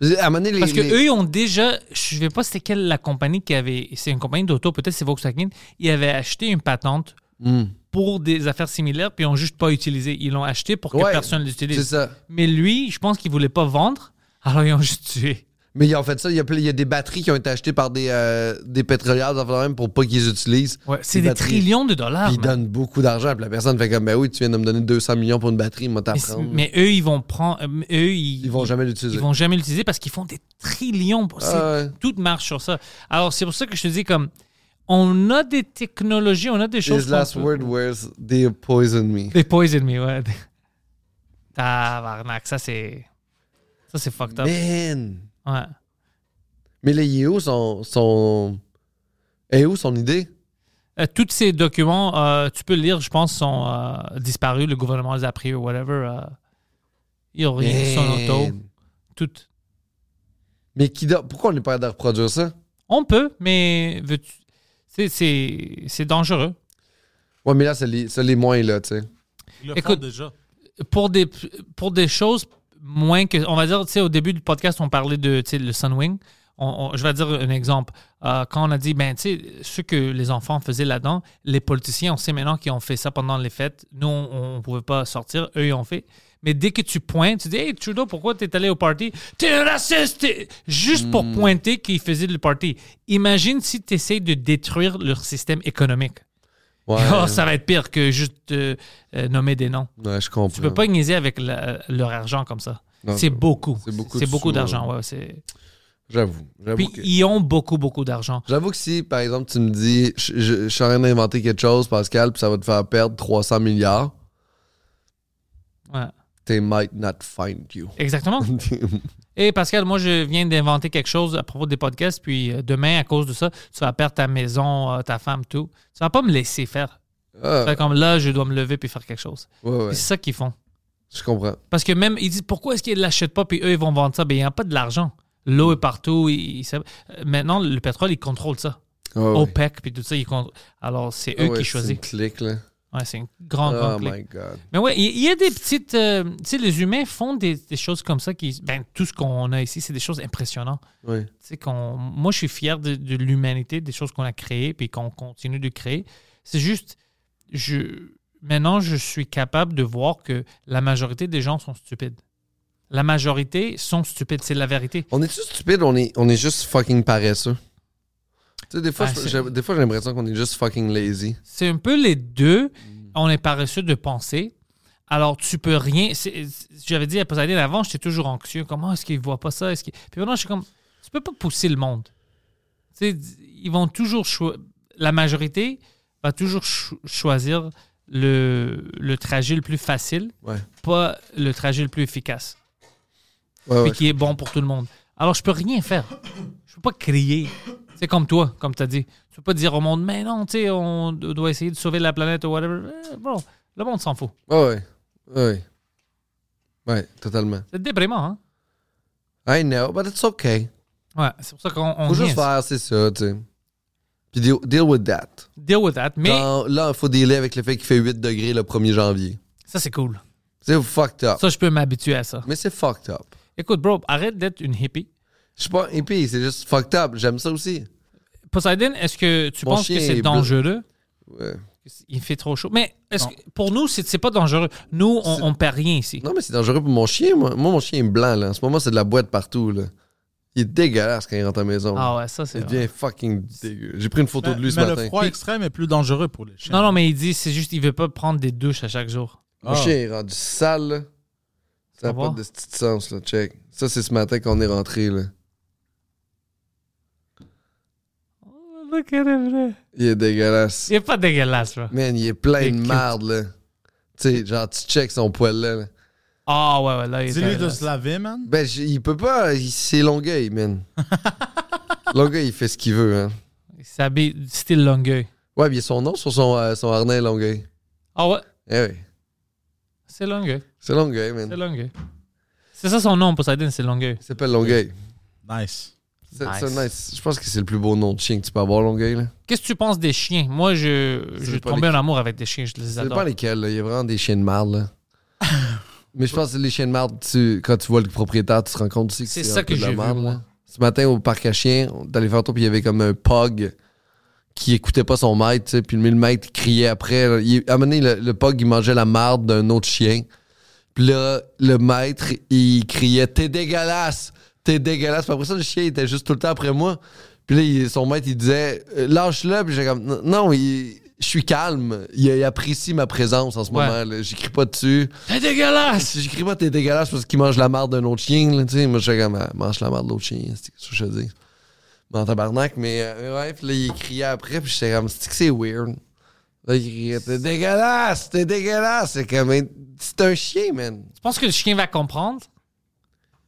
Parce que, à un moment donné, les- Parce que les- eux, ils ont déjà, je sais pas c'était quelle la compagnie qui avait, c'est une compagnie d'auto, peut-être c'est Volkswagen, ils avaient acheté une patente Hmm. pour des affaires similaires, puis ils n'ont juste pas utilisé. Ils l'ont acheté pour que Ouais, personne C'est l'utilise. ça. Mais lui, je pense qu'il voulait pas vendre, alors ils ont juste tué. Mais ils ont fait ça. Il y a, plein- il y a des batteries qui ont été achetées par des, euh, des pétrolières, des affaires de même, pour pas qu'ils les utilisent. Ouais, c'est Des des batteries. trillions de dollars. Puis ils man. donnent beaucoup d'argent. Puis la personne fait comme, ben oui, tu viens de me donner 200 millions pour une batterie, moi Mais, c'est- t'apprendre. mais eux, ils vont prendre. euh, Eux, ils, Ils vont jamais l'utiliser. ils vont jamais l'utiliser parce qu'ils font des trillions. pour- c'est- Ah ouais. Tout marche sur ça. Alors, c'est pour ça que je te dis, comme, on a des technologies, on a des choses. His last qu'on peut- word was, they poisoned me. They poison me, ouais. Tabarnak, ça c'est. Ça c'est fucked up. Man! Ouais. eh, Mais là, il est où son. son... Et où son idée? Euh, tous ces documents, euh, tu peux le lire, je pense, sont euh, disparus. Le gouvernement les a pris ou whatever. euh, ils ont rien sur son auto. Man. Tout. Mais qui do- pourquoi on n'est pas capable de reproduire ça? On peut, mais veux-tu- c'est- c'est c'est dangereux. Ouais, mais là, c'est les, c'est les moins, là, tu sais. Ils le Écoute, font déjà. Pour des, pour des choses moins que. On va dire, tu sais, au début du podcast, on parlait de tu sais, le Sunwing. On- on- je vais dire un exemple. Euh, quand on a dit, ben, tu sais, ce que les enfants faisaient là-dedans, les politiciens, on sait maintenant qu'ils ont fait ça pendant les fêtes. Nous, on ne pouvait pas sortir. Eux, ils ont fait. Mais dès que tu pointes, tu dis, hey, Trudeau, pourquoi t'es allé au party? T'es un raciste! t'es- Juste pour pointer qu'ils faisaient le party. Imagine si tu essaies de détruire leur système économique. Ouais, Oh, ça va être pire que juste euh, euh, nommer des noms. ouais je comprends. Tu peux pas niaiser avec la- leur argent comme ça. Non, C'est beaucoup. c'est beaucoup C'est de beaucoup sous, d'argent. ouais, c'est- J'avoue. J'avoue Puis que... ils ont beaucoup, beaucoup d'argent. J'avoue que si, par exemple, tu me dis, je, je- je suis en train d'inventer quelque chose, Pascal, puis ça va te faire perdre 300 milliards, Ouais. they might not find you. Exactement. Et Pascal, moi, je viens d'inventer quelque chose à propos des podcasts. Puis euh, demain, à cause de ça, tu vas perdre ta maison, euh, ta femme, tout. Tu vas pas me laisser faire. Ah, Fait comme là, je dois me lever puis faire quelque chose. ouais, ouais, Puis C'est ça qu'ils font. je comprends. Parce que même, ils disent pourquoi est-ce qu'ils ne l'achètent pas, puis eux, ils vont vendre ça. Ben, il n'y a pas de l'argent. L'eau est partout. ils- ils savent- Euh, Maintenant, le pétrole, ils contrôlent ça. Ouais, Ah ouais. OPEC, puis tout ça, ils contrôlent. Alors, c'est Ah eux ouais, qui C'est une choisissent. clique, là. Ouais, c'est une grande, Oh grande clé. my God. Mais ouais, il il y, a des petites. euh, tu sais, les humains font des, des choses comme ça qui. Ben, tout ce qu'on a ici, c'est des choses impressionnantes. Ouais. Tu sais, qu'on- moi, je suis fier de, de l'humanité, des choses qu'on a créées, puis qu'on continue de créer. C'est juste. Je, maintenant, je suis capable de voir que la majorité des gens sont stupides. La majorité sont stupides, c'est la vérité. On est-tu stupide on est, on est juste fucking paresseux? Tu sais, des fois, Ah, je- c'est- j'ai des fois, j'ai l'impression qu'on est juste fucking lazy. C'est un peu les deux. On est paresseux de penser. Alors, tu peux rien. c'est- c'est- J'avais dit à Poseidon avant, j'étais toujours anxieux. Comment est-ce qu'ils ne voient pas ça? Est-ce qu'ils- Puis maintenant, je suis comme, tu peux pas pousser le monde. Tu sais, ils vont toujours. cho- La majorité va toujours cho- choisir le, le trajet le plus facile, Ouais. pas le trajet le plus efficace, Ouais, puis ouais. qui est bon pour tout le monde. Alors, je peux rien faire. Je peux pas crier. C'est comme toi, comme tu as dit. Tu peux pas dire au monde, mais non, tu sais, on doit essayer de sauver la planète ou whatever. Eh, Bon, le monde s'en fout. Ouais, ouais. Ouais. Ouais, totalement. C'est déprimant, hein? I know, but it's okay. Ouais, c'est pour ça qu'on on Faut juste niaise. faire, c'est ça, tu sais. Puis deal, deal with that. Deal with that. Mais Genre, là, il faut dealer avec le fait qu'il fait 8 degrés le 1er janvier. ça, c'est cool. C'est fucked up. Ça, je peux m'habituer à ça. Mais c'est fucked up. Écoute, bro, arrête d'être une hippie. Je suis pas hippie, c'est juste fucked up. J'aime ça aussi. Poseidon, est-ce que tu Mon penses chien que est c'est bleu. dangereux? Ouais. Il fait trop chaud. Mais est-ce que- pour nous, c'est c'est pas dangereux. Nous, on, C'est- on perd rien ici. Non, mais c'est dangereux pour mon chien, moi. Moi, mon chien est blanc, là. En ce moment, c'est de la boîte partout, là. Il est dégueulasse quand il rentre à la maison. Ah ouais, ça, c'est il vrai. devient fucking dégueu. J'ai pris une photo Mais, de lui ce mais matin. le froid extrême est plus dangereux pour les chiens. Non, non, mais il dit, c'est juste, il veut pas prendre des douches à chaque jour. Mon Ah. chien est rendu sale, là. Ça Faut n'a pas voir. de petit sens, là. Check. Ça, c'est ce matin qu'on est rentré, là. Il est dégueulasse. C'est pas dégueulasse, là. Man, il est plein Il est de cute. merde, là. Tu sais, genre, tu check son poil, là. là. Ah ouais, ouais, là, il est Dis-lui de dégueulasse. se laver, man. Ben, j- il peut pas. il- C'est Longueuil, man. Longueuil, il fait ce qu'il veut, hein. Il s'habille style longueuil. Ouais, puis il y a son nom sur son, euh, son harnais, Longueuil. Ah ouais, Eh oui. c'est longueuil. C'est Longueuil, C'est man. longueuil. C'est ça son nom, Poseidon, c'est longueuil. Il s'appelle Longueuil. Nice. C'est Nice. c'est nice. Je pense que c'est le plus beau nom de chien que tu peux avoir, Longueuil, là. Qu'est-ce que tu penses des chiens? Moi, je, Ça je dépend tombais en lesquels. amour avec des chiens, je les Ça adore. dépend lesquels, là. Il y a vraiment des chiens de marde, là. Mais je pense que les chiens de marde, tu- quand tu vois le propriétaire, tu te rends compte aussi que C'est c'est ça un que peu de la j'ai vu, marde, moi. là. Ce matin, au parc à chiens, on est allé faire un tour, puis il y avait comme un pug qui écoutait pas son maître, tu sais, puis le le maître criait après. là. Il, à un moment donné, le, le pug, il mangeait la marde d'un autre chien. Puis là, le maître, il criait « T'es dégueulasse! T'es dégueulasse! » Puis après ça, le chien, il était juste tout le temps après moi. Puis là, il- son maître, il disait « Lâche-le! » Puis j'ai comme « Non, il- je suis calme. Il, il apprécie ma présence en ce Ouais. moment. là. J'écris pas dessus. C'est dégueulasse! Si j'écris pas « T'es dégueulasse! » parce qu'il mange la marde d'un autre chien, là, tu sais. Moi, j'ai comme « Ah, Mange la marde de l'autre chien. » C'est ce que je dis. Mais en tabarnak, mais euh, ouais. Puis là, il criait après, puis j'étais comme « C'est que c'est weird. » Là, il criait « T'es dégueulasse! T'es dégueulasse! » C'est comme « C'est un chien, man! » Tu penses que le chien va comprendre?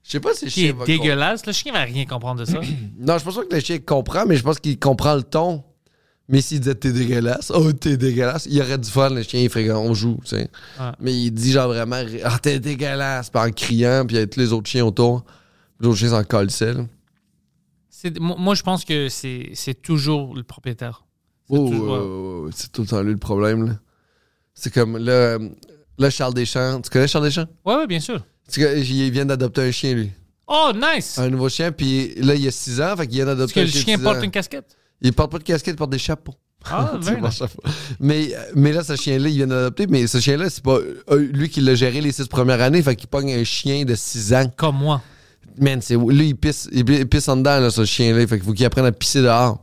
Je sais pas si le Qui chien est va dégueulasse? Le chien va rien comprendre de ça. comp- Non, je pense pas que le chien comprend, mais je pense qu'il comprend le ton. Mais s'il disait t'es dégueulasse, oh t'es dégueulasse, il aurait du fun, le chien, il ferait on joue, tu sais. Ouais. Mais il dit genre vraiment ah t'es dégueulasse, puis en criant, puis avec les autres chiens autour. Les autres chiens s'en collissaient, là. C'est- moi, moi, je pense que c'est c'est toujours le propriétaire. C'est Oh, toujours- ouais, ouais, ouais, c'est tout le temps lui le problème, là. C'est comme là, euh, là, Charles Deschamps, tu connais Charles Deschamps? ouais, ouais, bien sûr. Tu connais- il vient d'adopter un chien, lui. Oh, nice! Un nouveau chien, puis là, il a 6 ans, fait qu'il vient Parce d'adopter que un le chien. de chien six porte ans. une casquette. Il porte pas de casquette, il porte des chapeaux. Ah, Tu sais, very mon nice. chapeau. Mais, mais là, ce chien-là, il vient d'adopter, mais ce chien-là, c'est pas euh, lui qui l'a géré les six premières années, fait qu'il pogne un chien de 6 ans. Comme moi. Man, c'est, lui, il pisse, il pi- il pisse en dedans, là, ce chien-là, fait qu'il faut qu'il apprenne à pisser dehors.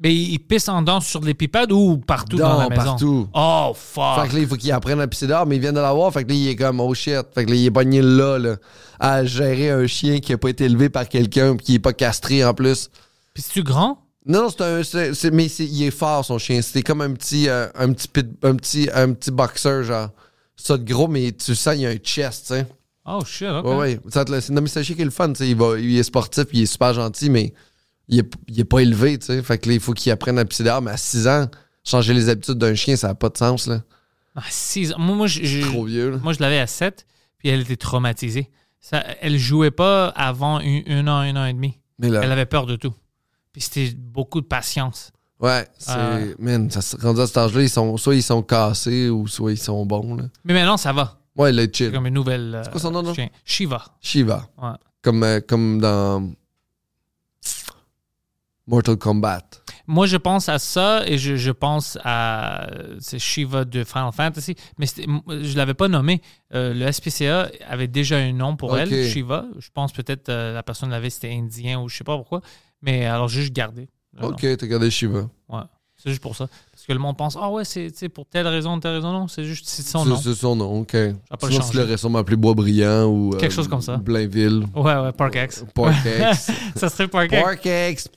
Mais il il pisse en danse sur les pipades ou partout dans la Non, maison? partout. Oh, fuck! Fait que là, il faut qu'il apprenne à pisser dehors, mais il vient de l'avoir, fait que là, il est comme, oh shit, fait que là, il est pogné là, là, à gérer un chien qui a pas été élevé par quelqu'un, puis qui est pas castré en plus. Puis c'est-tu grand? Non, non, c'est un. c'est- c'est- mais c'est- il est fort, son chien. C'était comme un petit. euh, un petit pit- un petit. Un petit boxeur, genre. Ça de gros, mais tu sens, il y a un chest, tu sais. Oh, shit, ok. Ouais, ouais. Ça te laisse- non, mais c'est un chien qui est le fun, tu sais. Il, va- il est sportif, il est super gentil, mais il est, il est pas élevé, tu sais. Fait que là, il faut qu'il apprenne à pisser dehors, mais à 6 ans, changer les habitudes d'un chien, ça n'a pas de sens, là. Ah, six ans. Moi, moi, je, je- Trop vieux, là. moi, je l'avais à 7, puis elle était traumatisée. Ça, elle jouait pas avant un, un an, un an et demi. Mais là. Elle avait peur de tout. Puis c'était beaucoup de patience. Ouais, c'est. Euh. Man, ça se rendu à cet âge-là, ils sont, soit ils sont cassés ou soit ils sont bons, là. Mais maintenant, ça va. Ouais, il est C'est chill. comme une nouvelle. C'est quoi son nom, non? Shiva. Shiva. Ouais. Comme, euh, comme dans Mortal Kombat. Moi, je pense à ça et je, je pense à euh, c'est Shiva de Final Fantasy, mais c'était- m- je l'avais pas nommé. Euh, le SPCA avait déjà un nom pour Ok. elle, Shiva. Je pense peut-être euh, la personne l'avait, c'était indien ou je sais pas pourquoi. Mais alors, j'ai juste gardé. le Ok, t'as regardé Shiva. nom. Ouais. C'est juste pour ça. Parce que le monde pense, ah ouais, c'est tu sais, pour telle raison, telle raison. Non, c'est juste c'est son C'est- nom. C'est son nom, ok. pas le Sinon, changer. tu l'aurais sûrement appelé Boisbriand ou. euh, Quelque chose comme ça. Blainville. Ouais, ouais, Euh, Parkex. Parkex. ça serait Parkex. Parkex.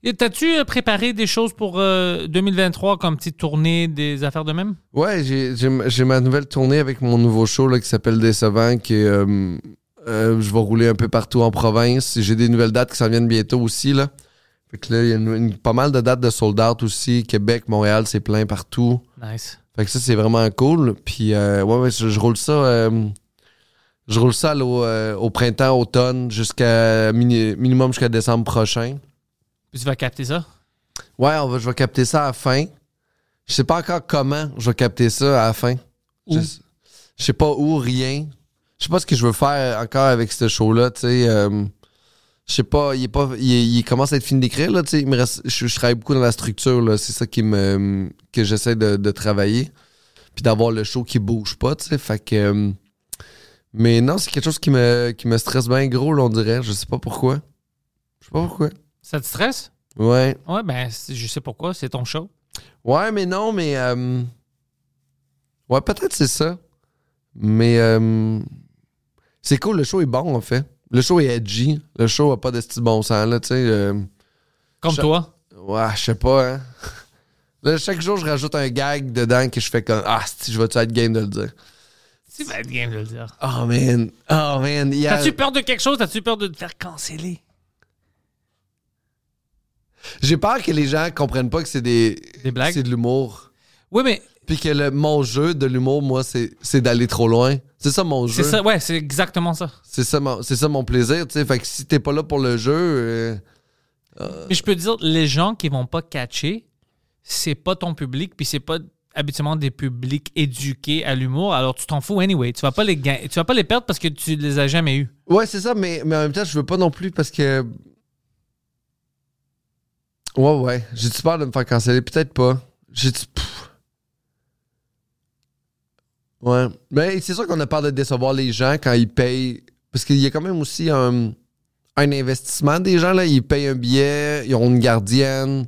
Et T'as-tu euh, préparé des choses pour euh, 2023 comme petite tournée des affaires de même? Ouais, j'ai- j'ai ma- j'ai ma nouvelle tournée avec mon nouveau show là, qui s'appelle Décevant, qui est, euh, euh, je vais rouler un peu partout en province. J'ai des nouvelles dates qui s'en viennent bientôt aussi. Là. Fait que là, il y a une- une- pas mal de dates de sold out aussi. Québec, Montréal, c'est plein partout. Nice. Fait que ça, c'est vraiment cool. Puis, euh, ouais, ouais, je, je roule ça. euh, je roule ça là, au, euh, au printemps, automne, jusqu'à mini- minimum jusqu'à décembre prochain. Puis tu vas capter ça? Ouais, on va, je vais capter ça à la fin. Je sais pas encore comment je vais capter ça à la fin. Je, Où? je sais pas où, rien. Je sais pas ce que je veux faire encore avec ce show-là, tu sais. euh, je sais pas, il est pas, il, est- il commence à être fini d'écrire, là, tu sais. il me reste- Je, je travaille beaucoup dans la structure, là. C'est ça qui me, que j'essaie de, de travailler. Puis d'avoir le show qui bouge pas, tu sais. Fait que. euh, mais non, c'est quelque chose qui me, qui me stresse bien gros, là, on dirait. Je sais pas pourquoi. Je sais pas pourquoi. Ça te stresse? Ouais. Ouais, ben, c'est- je sais pourquoi, c'est ton show. Ouais, mais non, mais. euh, Ouais, peut-être c'est ça. Mais. euh, C'est cool, le show est bon, en fait. Le show est edgy. Le show a pas de style bon sens, là, tu sais. euh, Comme Je- toi. Ouais, je sais pas, hein. Là, chaque jour, je rajoute un gag dedans que je fais comme. Ah, si, je vais-tu être game de le dire? C'est bad game de le dire. Oh, man. Oh, man. Hier- T'as-tu peur de quelque chose? T'as-tu peur de te faire canceller? J'ai peur que les gens comprennent pas que c'est des. Des blagues? C'est de l'humour. Oui, mais Puis que le, mon jeu de l'humour, moi, c'est c'est d'aller trop loin. C'est ça mon jeu. c'est ça, ouais, c'est exactement ça. c'est ça mon, c'est ça mon plaisir, tu sais. Fait que si t'es pas là pour le jeu, euh, Mais je peux te dire, les gens qui vont pas catcher, c'est pas ton public, puis c'est pas habituellement des publics éduqués à l'humour, alors tu t'en fous anyway. Tu vas pas les gain- tu vas pas les perdre parce que tu les as jamais eus. ouais, c'est ça, mais, mais en même temps, je veux pas non plus parce que. Ouais, ouais. J'ai-tu peur de me faire canceller? Peut-être pas. J'ai-tu. Pff. Ouais. Mais c'est sûr qu'on a peur de décevoir les gens quand ils payent. Parce qu'il y a quand même aussi un, un investissement des gens, là. Ils payent un billet, ils ont une gardienne,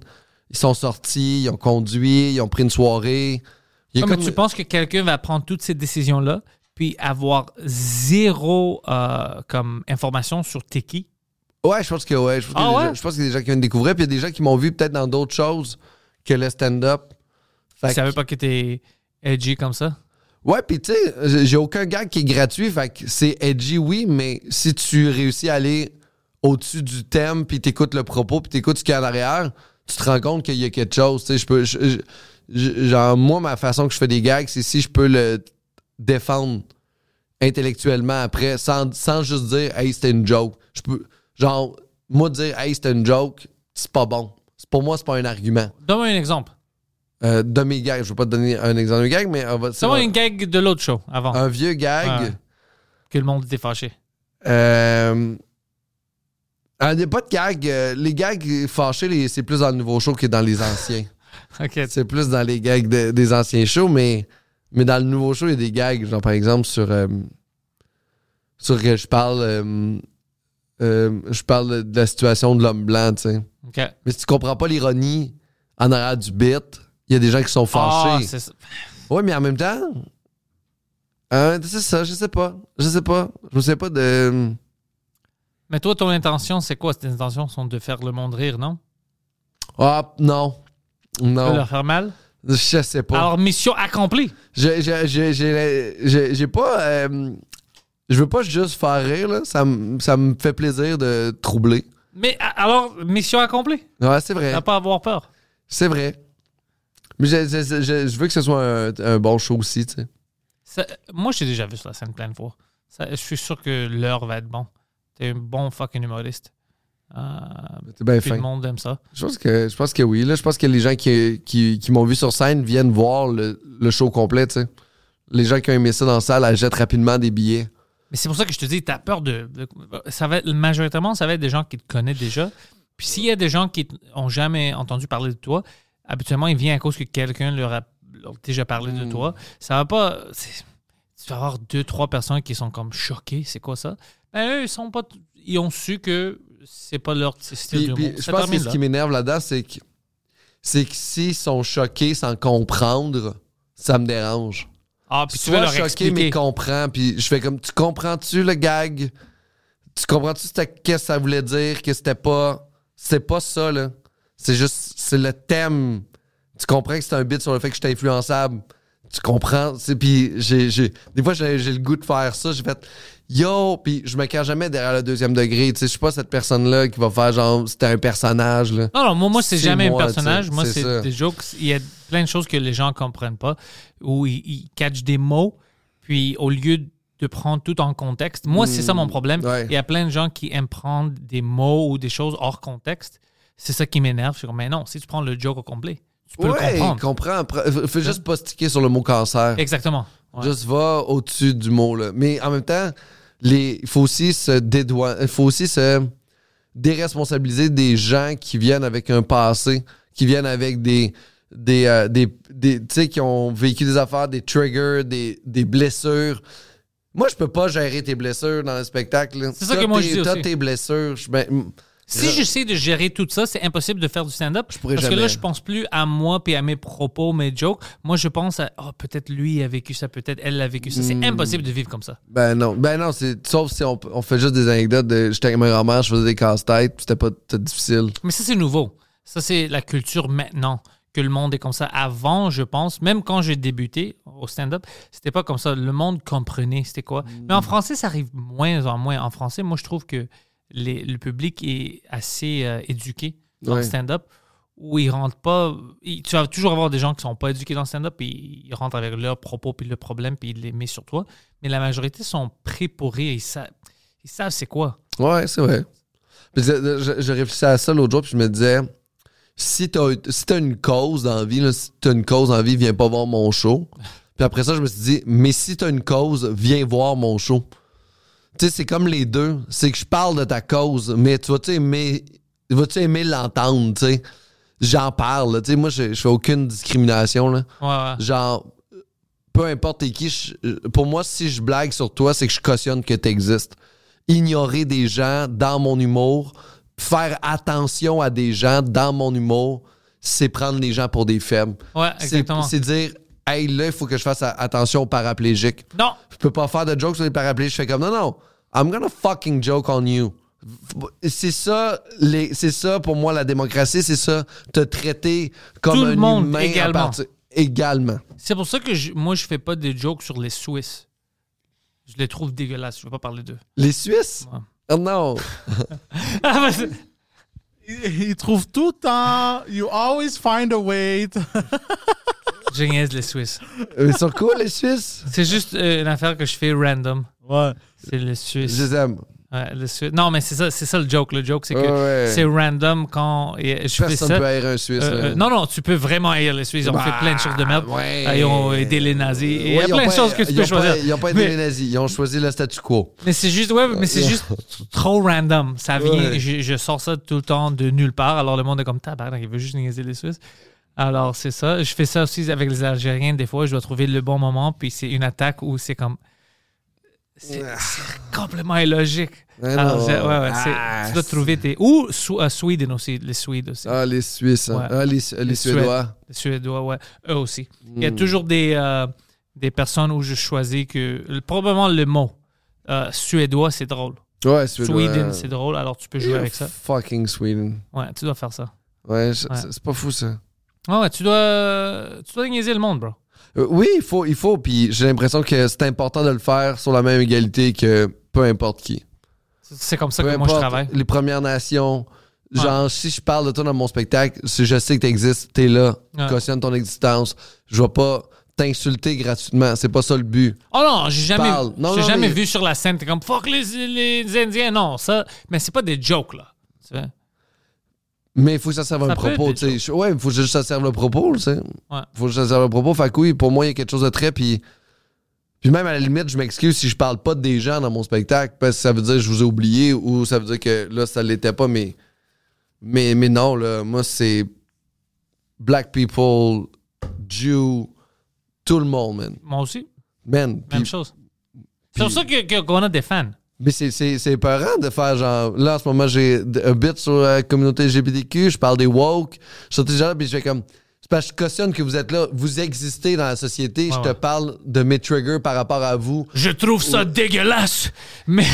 ils sont sortis, ils ont conduit, ils ont pris une soirée. Il y a Ah, mais comme- tu penses que quelqu'un va prendre toutes ces décisions-là, puis avoir zéro euh, comme information sur t'es qui? Ouais, je pense que ouais. Je pense, Ah que, les ouais? gens- je pense qu'il y a des gens qui viennent découvrir, puis il y a des gens qui m'ont vu peut-être dans d'autres choses que le stand-up. Tu Fait que- savais pas que t'es edgy comme ça? Ouais, puis tu sais, j'ai- j'ai aucun gag qui est gratuit, fait que c'est edgy, oui, mais si tu réussis à aller au-dessus du thème, puis t'écoutes le propos, puis t'écoutes ce qu'il y a en arrière, tu te rends compte qu'il y a quelque chose. Tu sais, je peux. je- je- je- genre, moi, ma façon que je fais des gags, c'est si je peux le défendre intellectuellement après, sans, sans juste dire Hey, c'était une joke. Je peux. Genre, moi dire Hey, c'était une joke, c'est pas bon. C'est- Pour moi, c'est pas un argument. Donne-moi un exemple. Euh, de mes gags, je vais pas te donner un exemple de gag, mais on va- c'est Euh. Donne-moi un, une gag de l'autre show avant un vieux gag. Ouais. que le monde était fâché. Euh, ah, y a pas de gag. euh, les gags fâchés, les- c'est plus dans le nouveau show que dans les anciens. Ok. c'est plus dans les gags de- des anciens shows, mais, mais dans le nouveau show, il y a des gags, genre par exemple sur. euh, sur que je parle. euh, euh, je parle de la situation de l'homme blanc, tu sais. Ok. Mais si tu comprends pas l'ironie en arrière du bit, il y a des gens qui sont Ah, fâchés. c'est ça. Ouais, mais en même temps. euh, c'est ça, je sais pas. Je sais pas. Je me sais pas de. Mais toi, ton intention, c'est quoi? Tes intentions sont de faire le monde rire, non? Ah, non. De Non. leur faire mal? Je sais pas. Alors, mission accomplie. Je- je- je- J'ai j'ai- j'ai pas. euh, je veux pas juste faire rire, là. Ça, me- ça me fait plaisir de troubler. Mais a- alors, mission accomplie. Ouais, c'est vrai. T'as pas à avoir peur. C'est vrai. Mais je, je- je- je veux que ce soit un, un bon show aussi, tu sais. Ça- moi, j'ai déjà vu sur la scène plein de fois. Ça- je suis sûr que l'heure va être bon. T'es un bon fucking humoriste. Euh, C'est bien puis le fin. monde aime ça. Je pense que, je pense que oui, là. Je pense que les gens qui, qui, qui m'ont vu sur scène viennent voir le, le show complet, tu sais. Les gens qui ont aimé ça dans la salle achètent rapidement des billets. Mais c'est pour ça que je te dis, t'as peur de, de- ça va être, majoritairement, ça va être des gens qui te connaissent déjà. Puis s'il y a des gens qui t- ont jamais entendu parler de toi, habituellement, ils viennent à cause que quelqu'un leur a, leur a déjà parlé Hmm. de toi. Ça va pas. c'est- Tu vas avoir deux, trois personnes qui sont comme choquées. C'est quoi ça? Ben, eux, ils sont pas. t- Ils ont su que c'est pas leur t- style Puis- de puis monde. je pense que ce qui là. m'énerve là-dedans, c'est que c'est que s'ils sont choqués sans comprendre, ça me dérange. Ah, puis tu Soit vas leur choqué expliquer. mais comprends, puis je fais comme tu comprends-tu le gag Tu comprends-tu c'était- qu'est-ce que ça voulait dire Que c'était pas c'est pas ça là. C'est juste c'est le thème. Tu comprends que c'est un bit sur le fait que je suis influençable. Tu comprends C'est- Puis j'ai j'ai- des fois j'ai j'ai le goût de faire ça. J'ai fait yo, puis je me cache jamais derrière le deuxième degré. Tu sais, je suis pas cette personne là qui va faire genre c'était un personnage là. Non, non, moi, moi c'est C'est jamais moi, un personnage. tu sais, Moi, c'est c'est ça. des jokes. Il y a plein de choses que les gens comprennent pas, où ils, ils catchent des mots, puis au lieu de prendre tout en contexte, moi, c'est ça mon problème. Hmm, ouais. Il y a plein de gens qui aiment prendre des mots ou des choses hors contexte. C'est ça qui m'énerve. Je suis comme, mais non, si tu prends le joke au complet, tu peux le Ouais, comprendre. comprends. Pre- Fais juste pas sticker sur le mot cancer. Exactement. Ouais. Juste va au-dessus du mot. Là. Mais en même temps, les- il faut aussi se dédouaner. Il faut aussi se déresponsabiliser des gens qui viennent avec un passé, qui viennent avec des. des, euh, des, des- tu sais, qui ont vécu des affaires, des triggers, des, des blessures. Moi, je peux pas gérer tes blessures dans le spectacle. C'est ça que moi, je dis T'as aussi. tes blessures. je- ben, Si j'essaie de gérer tout ça, c'est impossible de faire du stand-up. pourrais Parce que jamais. là, je pense plus à moi puis à mes propos, mes jokes. Moi, je pense à, oh, peut-être lui a vécu ça, peut-être elle a vécu ça. C'est Hmm. impossible de vivre comme ça. Ben non, ben non, c'est sauf si on, on fait juste des anecdotes de j'étais avec ma grand-mère, je faisais des casse-têtes, puis c'était pas c'était difficile. Mais ça, c'est nouveau. Ça, c'est la culture maintenant, que le monde est comme ça. Avant, je pense, même quand j'ai débuté au stand-up, c'était pas comme ça. Le monde comprenait c'était quoi. Mais en français, ça arrive moins en moins. En français, moi, je trouve que les- le public est assez euh, éduqué dans le Ouais. stand-up, où ils rentrent pas... ils- tu vas toujours avoir des gens qui sont pas éduqués dans le stand-up, puis ils rentrent avec leurs propos, puis le problème, puis ils les mettent sur toi. Mais la majorité sont prêts pour rire. Ils, sa- ils savent c'est quoi. Ouais, c'est vrai. Puis je, je- je réfléchissais à ça l'autre jour, puis je me disais, si t'as si t'as une cause dans la vie, là, si t'as une cause dans la vie, viens pas voir mon show. Puis après ça, je me suis dit, mais si t'as une cause, viens voir mon show. Tu sais, c'est comme les deux. C'est que je parle de ta cause, mais tu vas-tu aimer, vas-tu aimer l'entendre, tu sais? J'en parle, là. tu sais, moi, je, je fais aucune discrimination, là. Ouais, ouais. genre peu importe t'es qui je- euh, pour moi si je blague sur toi c'est que je cautionne que t'existes ignorer des gens dans mon humour faire attention à des gens dans mon humour c'est prendre les gens pour des faibles Ouais, C'est- exactement. c'est dire hey là il faut que je fasse a- attention aux paraplégiques Non, je peux pas faire de jokes sur les paraplégiques je fais comme non non I'm gonna fucking joke on you c'est ça les c'est ça pour moi la démocratie c'est ça te traiter comme Tout le un monde humain en également. parti- également C'est pour ça que je- moi, je fais pas des jokes sur les Suisses. Je les trouve Oh, dégueulasses. Je veux pas parler d'eux. Les Suisses? Ouais. Oh non! Ah, bah, c'est- il, il trouve tout le temps. You always find a way. to- Je niaise les Suisses. Ils sont cool, Euh, les Suisses. C'est juste euh, une affaire que je fais random. Ouais. C'est le Suisse. Je les aime. Ouais, le Suisse. Non, mais c'est ça, c'est ça le joke. Le joke, c'est que Ouais, ouais. c'est random quand et je fais Personne ça. peut haïr un Suisse. Euh, là. euh, non, non, tu peux vraiment haïr les Suisses. Ils ont Bah, fait plein de choses de merde. ouais. Euh, Ils ont aidé les nazis. Et Il y Ouais, a ils ont plein de pas- choses que tu ils peux ont pas- choisir. Ils n'ont pas aidé Mais- les nazis. Ils ont choisi le statu quo. Mais c'est juste, ouais, mais c'est juste trop random. Ça vient, Ouais. je, je sors ça tout le temps de nulle part. Alors le monde est comme tabarnak, il veut juste niaiser les Suisses. Alors c'est ça. Je fais ça aussi avec les Algériens. Des fois, je dois trouver le bon moment, puis c'est une attaque où c'est comme. C'est c'est complètement illogique. Ouais, Alors, non. c'est- ouais, ouais, c'est- Ah, tu dois trouver tes. Ou Sou- euh, Sweden aussi, les Suèdes aussi. Ah, les Suisses. hein. Ouais. Ah, les, les Les Suédois. Les Suédois, ouais. Eux aussi. Il y Hmm. a toujours des, euh, des personnes où je choisis que. Probablement le mot. euh, suédois, c'est drôle. Ouais, Suédois. Sweden, c'est drôle, alors tu peux jouer avec ça. Fucking Sweden. Ouais, tu dois faire ça. Ouais, je- Ouais. c'est c'est pas fou, ça. Ouais, ouais, tu dois, tu dois niaiser le monde, bro. Euh, oui, il faut, il faut. Puis j'ai l'impression que c'est important de le faire sur la même égalité que peu importe qui. C'est comme ça peu que moi importe je travaille. les Premières Nations. Genre, si je parle de toi dans mon spectacle, si je sais que t'existes, t'es là, Ouais. cautionne ton existence. Je vais pas t'insulter gratuitement. C'est pas ça le but. Oh non, j'ai jamais, Parle. Non, j'ai non, jamais mais- vu sur la scène, t'es comme fuck les, les Indiens. Non, ça, mais c'est pas des jokes, là. Tu vois? Mais il faut que ça serve Ça un peut propos, être tu sais. Je- Ouais, il faut juste que ça serve le propos, tu sais. Ouais. Faut juste que ça serve le propos. Fait que oui, pour moi, il y a quelque chose de très, puis... Puis même, à la limite, je m'excuse si je parle pas des gens dans mon spectacle, parce que ça veut dire que je vous ai oublié, ou ça veut dire que là, ça l'était pas, mais... Mais, mais non, là, moi, c'est... Black people, Jew, tout le monde, man. Moi aussi, Man, même puis- chose. C'est pour ça que- que- qu'on a des fans. mais c'est- c'est c'est peurant de faire genre. Là, en ce moment, j'ai d- un bit sur la communauté LGBTQ, je parle des woke. Je suis déjà là, puis je fais comme. C'est parce que je cautionne que vous êtes là, vous existez dans la société, je Ouais, te ouais. parle de mes triggers par rapport à vous. Je trouve ça dégueulasse, mais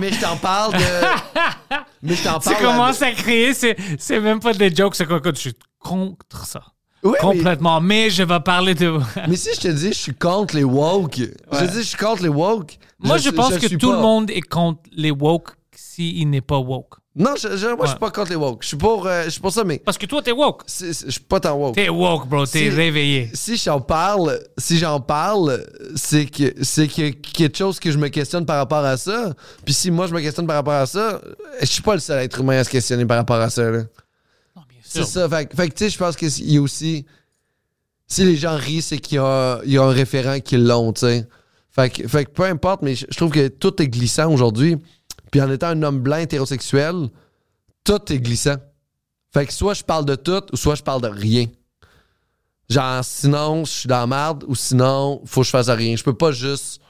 mais je t'en parle de. mais je t'en tu parle. à- commences à crier, c'est c'est même pas des jokes, c'est quoi que je suis contre ça. Ouais, mais- Complètement, mais je vais parler de. Mais si je te dis, je suis contre les woke, je dis, je suis contre les woke. Moi, je, pense que suis tout le pas. monde est contre les woke s'il n'est pas woke. Non, je, je- moi, je suis Ouais. pas contre les woke. Je suis pour, euh, je suis pour ça, mais Parce que toi, t'es woke. c'est- c'est- je suis pas tant woke. T'es woke, bro. T'es Si- réveillé. si j'en parle, si j'en parle, c'est que c'est que quelque chose que je me questionne par rapport à ça. Puis si moi je me questionne par rapport à ça, je suis pas le seul être humain à se questionner par rapport à ça. là. Ah, C'est ça. Fait, que- fait que tu sais, je pense qu'il y a aussi si les gens rient, c'est qu'il y a, il y a un référent qui l'ont, tu sais. Fait que, fait que peu importe, mais je je trouve que tout est glissant aujourd'hui. Puis en étant un homme blanc hétérosexuel, tout est glissant. Fait que soit je parle de tout, ou soit je parle de rien. Genre, sinon, je suis dans la merde, ou sinon, faut que je fasse rien. Je peux pas juste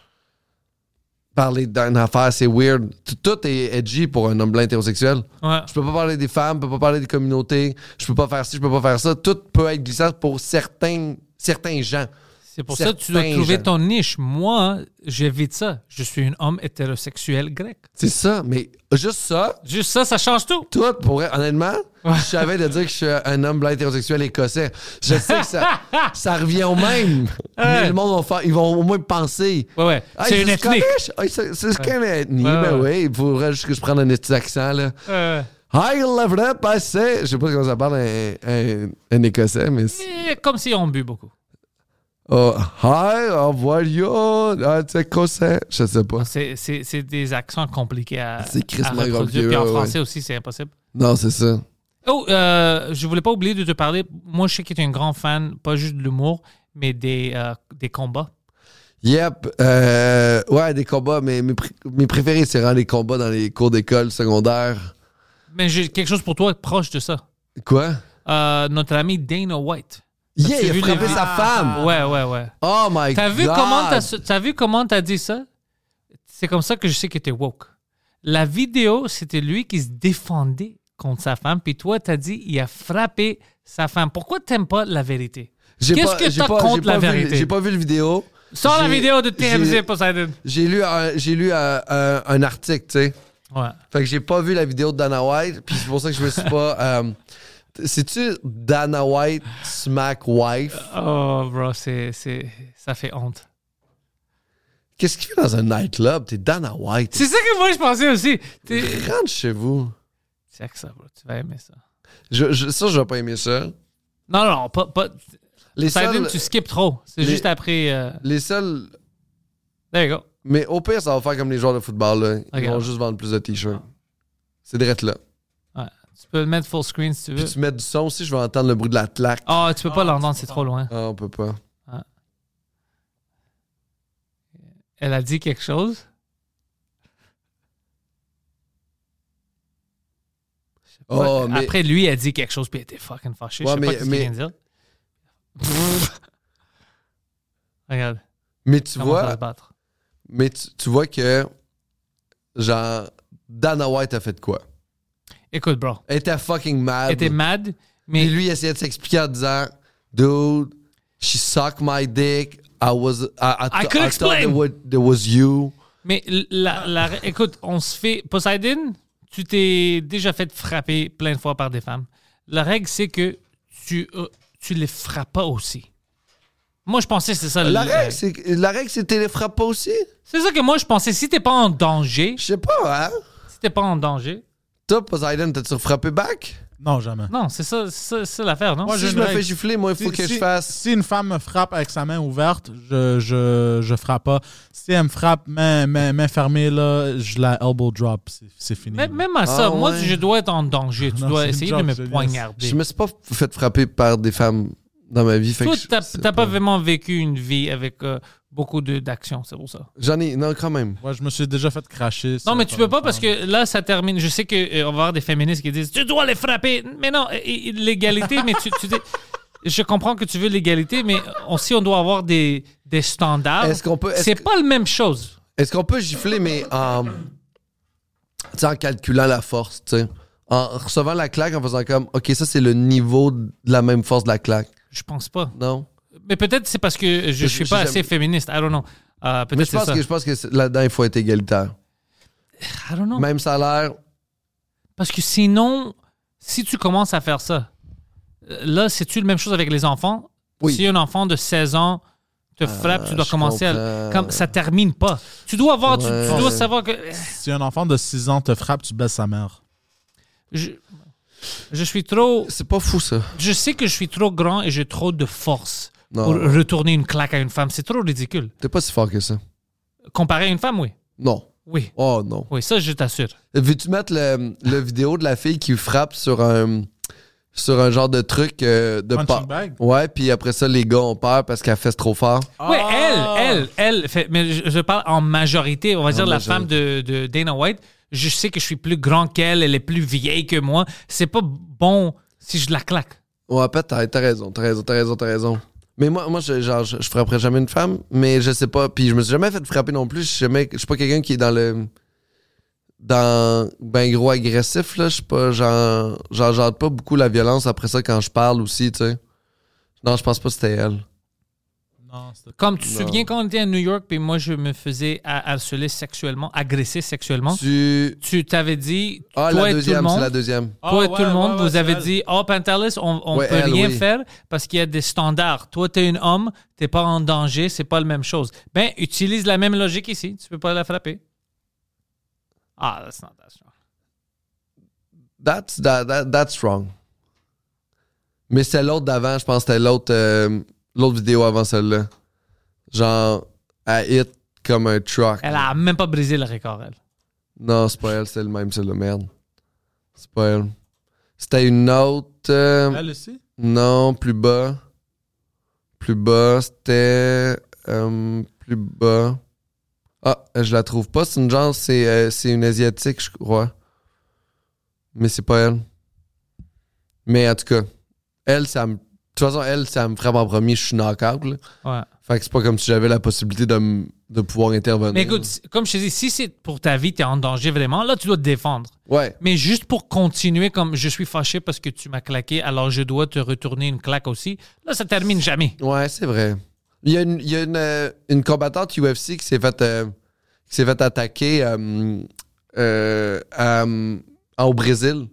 parler d'une affaire, c'est weird. Tout- Tout est edgy pour un homme blanc hétérosexuel. Ouais. Je peux pas parler des femmes, je peux pas parler des communautés, je peux pas faire ci, je peux pas faire ça. Tout peut être glissant pour certains, certains gens. C'est pour ça que tu dois Certains trouver gens. ton niche. Moi, j'évite ça. Je suis un homme hétérosexuel grec. C'est ça, mais juste ça, Juste ça, ça change tout. tout, pour vrai, honnêtement, je savais de dire que je suis un homme blanc hétérosexuel écossais. Je sais que ça, ça revient au même, mais le monde va faire, ils vont au moins penser. Ouais, ouais. Ah, c'est une c'est ethnique. Scottish? Ah, c'est c'est Scottish. ethnie. Ouais, Ben ouais. oui, il faudrait juste que je prenne un petit accent, là. Euh, I love that, I say. Je sais pas comment ça parle un, un, un écossais, mais. c'est- c'est comme si on bu beaucoup. Oh, hi, how are you? Ah, tu sais quoi c'est? Je sais pas. C'est, c'est, c'est des accents compliqués à, C'est à crissement compliqué, reproduire. Puis en ouais, ouais. français aussi, c'est impossible. Non, c'est ça. Oh, euh, je voulais pas oublier de te parler. Moi, je sais que tu es un grand fan, pas juste de l'humour, mais des, euh, des combats. Yep. euh, ouais, des combats, mais mes, pr- mes préférés, c'est vraiment les combats dans les cours d'école secondaire. Mais j'ai quelque chose pour toi proche de ça. Quoi? Euh, notre ami Dana White. Yeah, As-tu il vu a frappé les vi- sa femme! Ouais, ouais, ouais. Oh my T'as god! vu comment t'as, ce- t'as vu comment t'as dit ça? C'est comme ça que je sais que t'es woke. La vidéo, c'était lui qui se défendait contre sa femme, puis toi, t'as dit il a frappé sa femme. Pourquoi t'aimes pas la vérité? J'ai Qu'est-ce pas- que j'ai t'as pas- j'ai contre pas la vu le- vérité? J'ai pas vu le vidéo. Sors la J'ai- vidéo de TMZ, j'ai- Poseidon. J'ai lu un, j'ai lu un, un- un article, tu sais. Ouais. Fait que j'ai pas vu la vidéo de Dana White, puis c'est pour ça que je me suis pas. euh, C'est-tu Dana White smack wife? Oh, bro, c'est, c'est, ça fait honte. Qu'est-ce qu'il fait dans un nightclub? T'es Dana White. C'est ça que moi, je pensais aussi. T'es- Rentre chez vous. C'est- sexe, ça, bro. Tu vas aimer ça. Je, je- ça, je vais pas aimer ça. Non, non, non, pas. pas Les Sidon, seuls, tu skips trop. C'est les- juste après. euh, les seuls. There you go. Mais au pire, ça va faire comme les joueurs de football. Là. Ils Ok. Ah. vont juste vendre plus de t-shirts. C'est direct là. Tu peux le mettre full screen si tu Puis veux. tu mets du son aussi, je vais entendre le bruit de la claque. Ah, tu peux pas Ah, l'entendre, tu c'est peux trop loin. Ah, on peut pas. Elle a dit quelque chose. Je sais pas. Oh, mais- Après, lui, elle a dit quelque chose, puis elle était fucking fâchée. Ouais, je sais mais- pas ce qu'il mais- vient de dire. Pfff. Regarde, Mais tu comment ça va vois, se battre. mais tu, tu vois que genre Dana White a fait de quoi? Écoute, bro, Elle était fucking mad. elle était mad, mais Et lui il essayait de s'expliquer en disant Dude, she sucked my dick. I was I, I, I th- could I explain. thought it was, it was you. Mais l- la, la- écoute, on se fait. Poseidon, tu t'es déjà fait frapper plein de fois par des femmes. La règle, c'est que tu, euh, tu les frappes pas aussi. Moi, je pensais que c'est ça. La le- règle, c'est que- la règle, c'était les frappes pas aussi. C'est ça que moi, je pensais. Si t'es pas en danger, Je sais pas, hein? si t'es pas en danger. Toi, Poseidon, t'as-tu frappé back? Non, jamais. Non, c'est ça, c'est ça, c'est ça l'affaire, non? si j'ai je une me règle. fais gifler, moi, il faut Si- que si- je fasse. Si une femme me frappe avec sa main ouverte, je, je, je frappe pas. Si elle me frappe main, main, main fermée, là, je la elbow drop. C'est- C'est fini. Mais- là. Même à ça, Ah, moi, ouais. je dois être en danger. Tu Non, dois c'est une essayer joke, de me je viens. poignarder. Je me suis pas fait frapper par des femmes dans ma vie. Fait Toi, que je- t'as c'est t'as pas vraiment vécu une vie avec euh, beaucoup de- d'actions, c'est pour ça. J'en ai, non, quand même. Ouais, je me suis déjà fait cracher. Non, mais tu peux pas parce que là, ça termine. Je sais qu'on va avoir des féministes qui disent Tu dois les frapper. Mais non, euh, euh, l'égalité, mais tu, tu dis- Je comprends que tu veux l'égalité, mais aussi on doit avoir des, des standards. Est-ce qu'on peut- est-ce C'est que- pas la même chose. Est-ce qu'on peut gifler, mais en. tu sais, en calculant la force, tu sais. En recevant la claque, en faisant comme, OK, ça, c'est le niveau de la même force de la claque. Je pense pas. Non? Mais peut-être c'est parce que je, Je- suis je- pas j'aime- assez féministe. I don't know. Euh, Mais peut-être je c'est pense ça. que, je pense que c'est- là-dedans, il faut être égalitaire. I don't know. Même salaire. Parce que sinon, si tu commences à faire ça, euh, là, c'est-tu la même chose avec les enfants? Oui. Euh, Si un enfant de 16 ans te frappe, tu dois je commencer à. comprends. Comme, ça termine pas. Tu dois avoir. tu- Tu, Ouais. dois savoir que. Si un enfant de 6 ans te frappe, tu baisses sa mère. Je, je suis trop. C'est pas fou, ça. Je sais que je suis trop grand et j'ai trop de force Non. pour retourner une claque à une femme. C'est trop ridicule. T'es pas si fort que ça. Comparé à une femme, oui. Non. Oui. Oh, non. Oui, ça, je t'assure. Veux-tu mettre le, le vidéo de la fille qui frappe sur un sur un genre de truc euh, de Punching pas. bag? Ouais, puis après ça, les gars ont peur parce qu'elle fesse trop fort. Oui, Ah! elle, elle, elle. fait- mais je, je parle en majorité. On va dire la majorité. femme de, de Dana White. Je sais que je suis plus grand qu'elle. Elle est plus vieille que moi. C'est pas bon si je la claque. Ouais, peut-être, t'as raison, t'as raison, t'as raison, t'as raison. Mais moi, moi je, genre, je, je frapperais jamais une femme, mais je sais pas. Puis je me suis jamais fait frapper non plus. Je suis, jamais, je suis pas quelqu'un qui est dans le. Dans. Ben gros agressif, là. Je suis pas. Genre. Genre, j'entends pas beaucoup la violence après ça quand je parle aussi, tu sais. Non, je pense pas que c'était elle. Non, c'était- Comme tu te souviens quand on était à New York, puis moi, je me faisais ha- harceler sexuellement, agresser sexuellement. Tu. Tu t'avais dit, Ah, Hein? toi la et tout le deuxième, c'est monde. la deuxième. Toi Ah, et tout le ouais, monde, ouais, vous ouais, avez c'est dit, oh, Pantalis, on, on Ouais, peut elle, rien oui. faire parce qu'il y a des standards. Toi, t'es une homme, t'es pas en danger, c'est pas la même chose. Ben, utilise la même logique ici, tu peux pas la frapper. Ah, that's not that strong. That's, that, that- that's wrong. Mais c'était l'autre d'avant, je pense que c'était l'autre euh, l'autre vidéo avant celle-là. Genre, elle hit comme un truck. Elle a même pas brisé le record, elle. Non, c'est pas elle, c'est le même, c'est le merde. C'est pas elle. C'était une autre. euh, Elle aussi? Non, plus bas. Plus bas, c'était. euh, plus bas. Ah, je la trouve pas. C'est une genre, c'est euh, c'est une asiatique, je crois. Mais c'est pas elle. Mais en tout cas, elle, ça me. De toute façon, elle, ça me frappe en premier, je suis knock-out. là. Ouais. Fait que c'est pas comme si j'avais la possibilité de, m- de pouvoir intervenir. Mais écoute, si- comme je te dis, si c'est pour ta vie, t'es en danger vraiment, là, tu dois te défendre. Ouais. Mais juste pour continuer, comme je suis fâché parce que tu m'as claqué, alors je dois te retourner une claque aussi, là, ça termine jamais. Ouais, c'est vrai. Il y a une, il y a une, euh, une combattante UFC qui s'est faite euh, qui s'est fait attaquer euh, euh, à, euh, au Brésil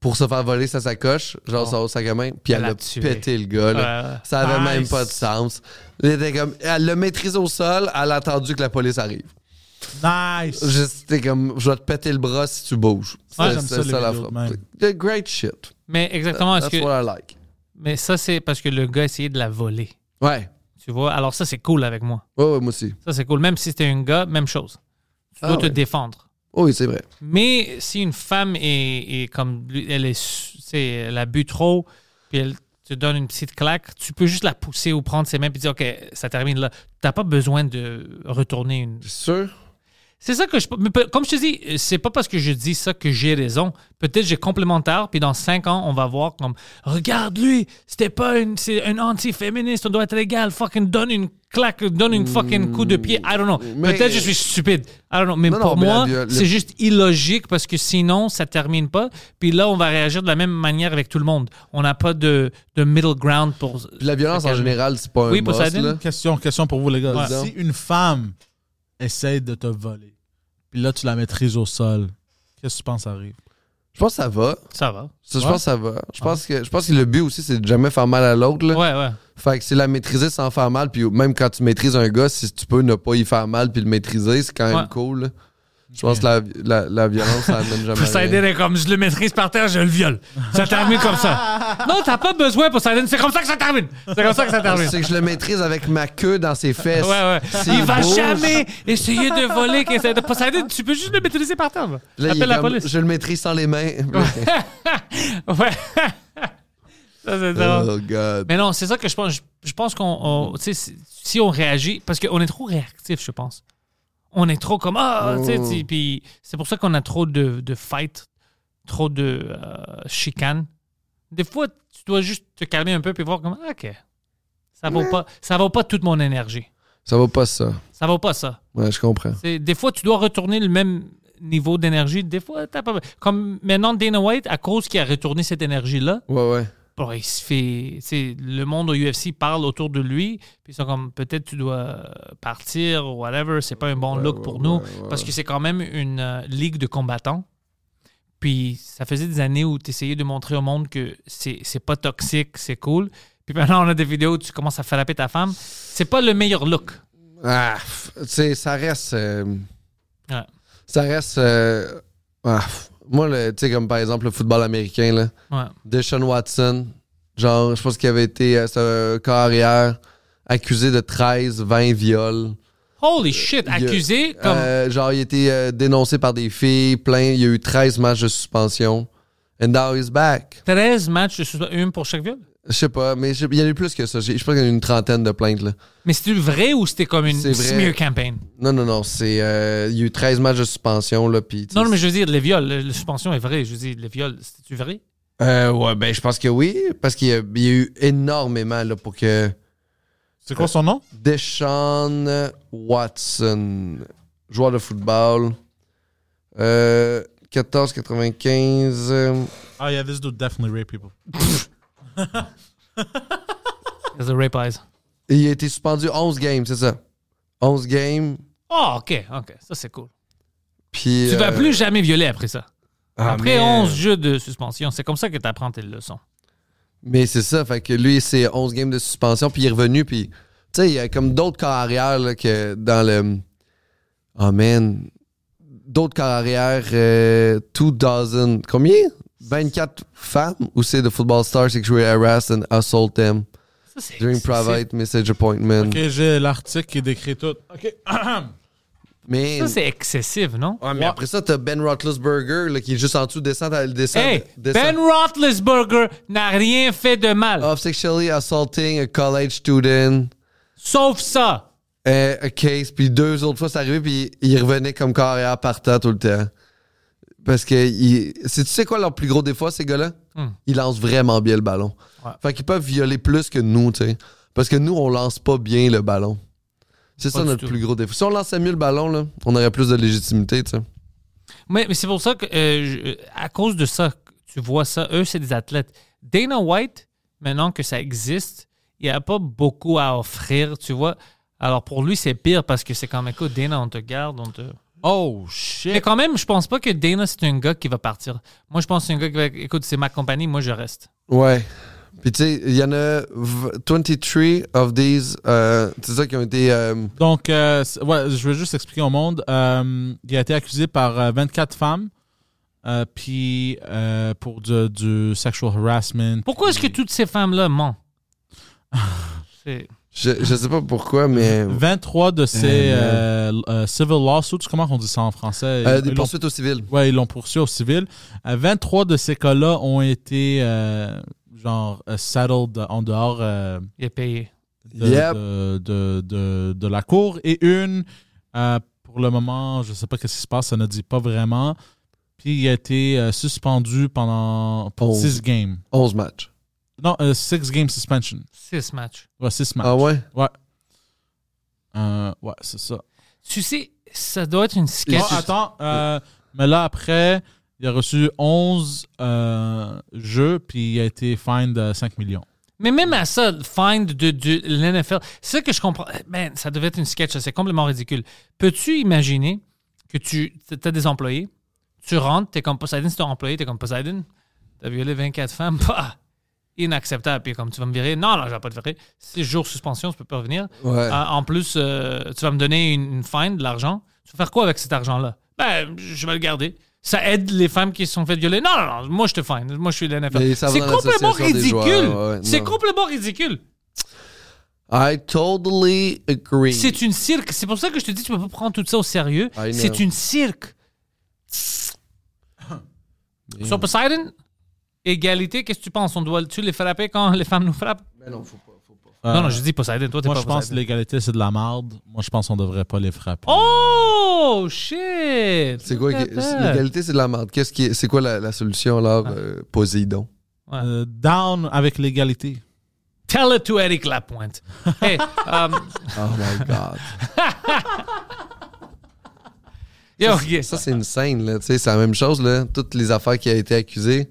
pour se faire voler sa sacoche, Oh. genre son sac à main, puis Elle elle l'a a tué. pété le gars. là. Ouais. Ça avait même Euh, Nice. pas de sens. Elle, était comme, elle le maîtrise au sol, elle a attendu que la police arrive. Nice. Juste, t'es comme, je vais te péter le bras si tu bouges. Ouais, C'est- j'aime c'est ça, les la vidéos de frappe. même. The great shit. Mais exactement, est-ce That's que. what I like. Mais ça, c'est parce que le gars a essayé de la voler. Ouais. Tu vois, alors ça, c'est cool avec moi. Ouais, ouais, moi aussi. Ça, c'est cool. Même si c'était un gars, même chose. Tu Ah dois te ouais. défendre. Oui, c'est vrai. Mais si une femme est, est comme lui, elle est, su- tu sais, elle a bu trop, puis elle te donne une petite claque, tu peux juste la pousser ou prendre ses mains puis dire ok, ça termine là. T'as pas besoin de retourner une. C'est sûr? C'est ça que je. mais pe- comme je te dis, c'est pas parce que je dis ça que j'ai raison. Peut-être j'ai complémentaire, puis dans cinq ans on va voir comme regarde lui, c'était pas une, c'est un anti-féministe, on doit être égal. Fucking donne une claque, donne une fucking coup de pied. I don't know. Mais- Peut-être je suis stupide. I don't know. Mais Non, non, pour mais la moi, viol- le- c'est juste illogique parce que sinon, ça termine pas. Puis là, on va réagir de la même manière avec tout le monde. On n'a pas de, de middle ground pour. Puis la violence en Fait que- général, c'est pas un Oui, boss, Poseidon? là. Question, question pour vous, les gars. Ouais. Si une femme essaie de te voler, puis là, tu la maîtrises au sol, qu'est-ce que tu penses arrive? Je pense que ça va. Ça hein. va. Ça, Je Ouais. pense que ça va. Je pense que, je pense que le but aussi, c'est de jamais faire mal à l'autre. là. Ouais, ouais. Fait que c'est la maîtriser sans faire mal. Puis même quand tu maîtrises un gars, si tu peux ne pas y faire mal puis le maîtriser, c'est quand même Ouais. cool. là. Je pense que la, la, la violence, ça amène jamais Poseidon rien. est comme je le maîtrise par terre, je le viole. Ça termine comme ça. Non, t'as pas besoin, Poseidon. C'est comme ça que ça termine. C'est comme ça que ça termine. C'est que je le maîtrise avec ma queue dans ses fesses. Ouais, ouais. S'il Il va bouge, jamais essayer de voler. qu'est-ce que- Poseidon, tu peux juste le maîtriser par terre. là, il est Appelle la comme, police. Je le maîtrise sans les mains. Ouais. Ça, c'est drôle. oh, God. Mais non, c'est ça que je pense. Je, je pense qu'on. on- tu sais, si- si on réagit. Parce qu'on est trop réactif, je pense. On est trop comme. Ah, tu sais, Oh. tu- Puis c'est pour ça qu'on a trop de, de fights, trop de euh, chicanes. Des fois, tu dois juste te calmer un peu puis voir comme. Ah, OK. Ça vaut pas, ça vaut pas toute mon énergie. Ça va pas, ça. Ça vaut pas ça. Ouais, je comprends. C'est- Des fois, tu dois retourner le même niveau d'énergie. Des fois, t'as pas. Comme maintenant, Dana White, à cause qu'il a retourné cette énergie-là, Ouais, ouais. Bon, il se fait. tu sais, Le monde au UFC parle autour de lui, puis ils sont comme peut-être tu dois euh, partir ou whatever, c'est pas un bon look pour nous, parce que c'est quand même une euh, ligue de combattants. Puis ça faisait des années où tu essayais de montrer au monde que c'est c'est pas toxique, c'est cool. Puis maintenant, on a des vidéos où tu commences à frapper ta femme. C'est pas le meilleur look. Ah, pff, tu sais, ça reste. euh, Ouais. Ça reste. euh, ah, pff. moi, le- tu sais, comme par exemple le football américain, là. Ouais. Deshaun Watson, genre, je pense qu'il avait été, euh, ce carrière, accusé de 13, 20 viols. Holy shit, il y a- accusé comme. Euh, genre, il a été euh, dénoncé par des filles, plein. Il y a eu 13 matchs de suspension. And now he's back. 13 matchs, de suspension, une pour chaque viol. Je sais pas, mais je- il y en a eu plus que ça. J'ai- Je pense qu'il y en a eu une trentaine de plaintes, là. Mais c'était vrai ou c'était comme une C'est vrai. smear campaign? Non, non, non, c'est... euh, il y a eu 13 matchs de suspension, là, puis... tu Non, non, mais sais, je veux dire, les viols, la la suspension est vraie. Je veux dire, les viols, c'est-tu vrai? Euh, ouais, ben, je pense que oui, parce qu'il y, a- il y a eu énormément, là, pour que... C'est quoi son nom? Deshaun Watson, joueur de football. Euh, 14,95. euh, Ah, yeah, this dude definitely rape people. It's the rape eyes. Il a été suspendu 11 games, c'est ça. 11 games. Oh, OK, OK. Ça, c'est cool. Puis, Tu vas euh, plus jamais violer après ça. ah, après mais- 11 jeux de suspension, c'est comme ça que tu apprends tes leçons. Mais c'est ça, fait que lui, c'est 11 games de suspension, puis il est revenu, puis. Tu sais, il y a comme d'autres carrières là, que dans le. Oh man. D'autres carrières, euh, two dozen. Combien 24 femmes ou c'est de football stars sexually harassed and assault them Ça, c'est- during c'est- private message appointment. Ok, j'ai l'article qui décrit tout. Ok. c'est- Mais. Ça, c'est excessif, non? Ouais, mais après ça, t'as Ben Roethlisberger là, qui est juste en dessous, descend, à- descend, Hey, descend. Ben Roethlisberger n'a rien fait de mal, Of sexually assaulting a college student. sauf ça. Euh, a case, puis deux autres fois, c'est arrivé, puis il revenait comme carrière partant tout le temps. Parce que, il... c'est- tu sais quoi leur plus gros défaut, ces gars-là? Ils lancent vraiment bien le ballon. Hmm. Ouais. Fait qu'ils peuvent violer plus que nous, tu sais. Parce que nous, on lance pas bien le ballon. C'est Pas ça du notre tout. plus gros défaut. Si on lançait mieux le ballon, là, on aurait plus de légitimité, tu sais. Mais, mais c'est pour ça que, euh, je- à cause de ça, tu vois ça, eux, c'est des athlètes. Dana White, maintenant que ça existe, il n'y a pas beaucoup à offrir, tu vois. Alors pour lui, c'est pire parce que c'est comme, écoute, Dana, on te garde, on te. Oh, Mais shit. quand même, je pense pas que Dana, c'est un gars qui va partir. Moi, je pense que c'est un gars qui va. Écoute, c'est ma compagnie, moi, je reste. Ouais. Puis tu sais, il y en a v- 23 of these, euh, c'est ça qui ont été. euh, Donc, euh, c'est- ouais, je veux juste expliquer au monde. euh, il a été accusé par euh, 24 femmes euh, puis euh, pour du, du sexual harassment. Pourquoi est-ce que toutes ces femmes-là mentent? C'est- je, je sais pas pourquoi, mais. 23 de ces Eh euh, euh, civil lawsuits, comment on dit ça en français? ben. Euh, Ils- des ils l'ont- poursuites au civil. Ouais, ils l'ont poursuivi au civil. Euh, 23 de ces cas-là ont été euh, genre euh, settled en dehors euh, Il est payé. de, Yep. de, de- de- de la cour et une euh, pour le moment, je sais pas qu'est-ce qui se passe, ça ne dit pas vraiment. Puis il a été euh, suspendu pendant pour Oh. 6 games. 11 matchs. Non, 6 game suspension. Six matchs. Ouais, 6 matchs. Ah ouais? Ouais. Euh, ouais, c'est ça. Tu sais, ça doit être une sketch. Oh, attends, euh, mais là après, il a reçu 11 euh, jeux puis il a été fined de 5 millions. Mais même à ça, find de, de l'NFL, c'est ça que je comprends. Ben, ça devait être une sketch, ça, c'est complètement ridicule. Peux-tu imaginer que tu as des employés, tu rentres, t'es comme Poseidon, c'est ton employé, t'es comme Poseidon, t'as violé 24 femmes, bah, inacceptable. Puis comme tu vas me virer, non, non, je vais pas te virer. Six jours de suspension, tu peux pas revenir. Ouais. Euh, en plus, euh, tu vas me donner une, une fine, de l'argent. Tu vas faire quoi avec cet argent-là? Ben, je vais le garder. Ça aide les femmes qui se sont fait violer. Non, non, non, moi je te fine. Moi je suis de la NFL. Mais ça va C'est dans complètement l'association des ridicule. joueurs, ouais, ouais, c'est non. complètement ridicule. I totally agree. C'est une cirque. C'est pour ça que je te dis, tu peux pas prendre tout ça au sérieux. I know. C'est une cirque. Sur Poseidon, égalité, qu'est-ce que tu penses? On doit-tu les frapper quand les femmes nous frappent? Euh, non, non, je dis Poseidon. Toi, t'es moi pas je pense que Poseidon. l'égalité c'est de la merde. Moi je pense qu'on devrait pas les frapper. Oh, shit! C'est quoi? Look que- at that. L'égalité, c'est de la merde. Qu'est-ce qui est- C'est quoi la, la solution, là, Ah. euh, Poséidon? Euh, down avec l'égalité. Tell it to Eric Lapointe. Hey, um, Oh my God. yo, ok. Ça, c'est une scène, là. Tu sais, c'est la même chose, là. Toutes les affaires qui a été accusées.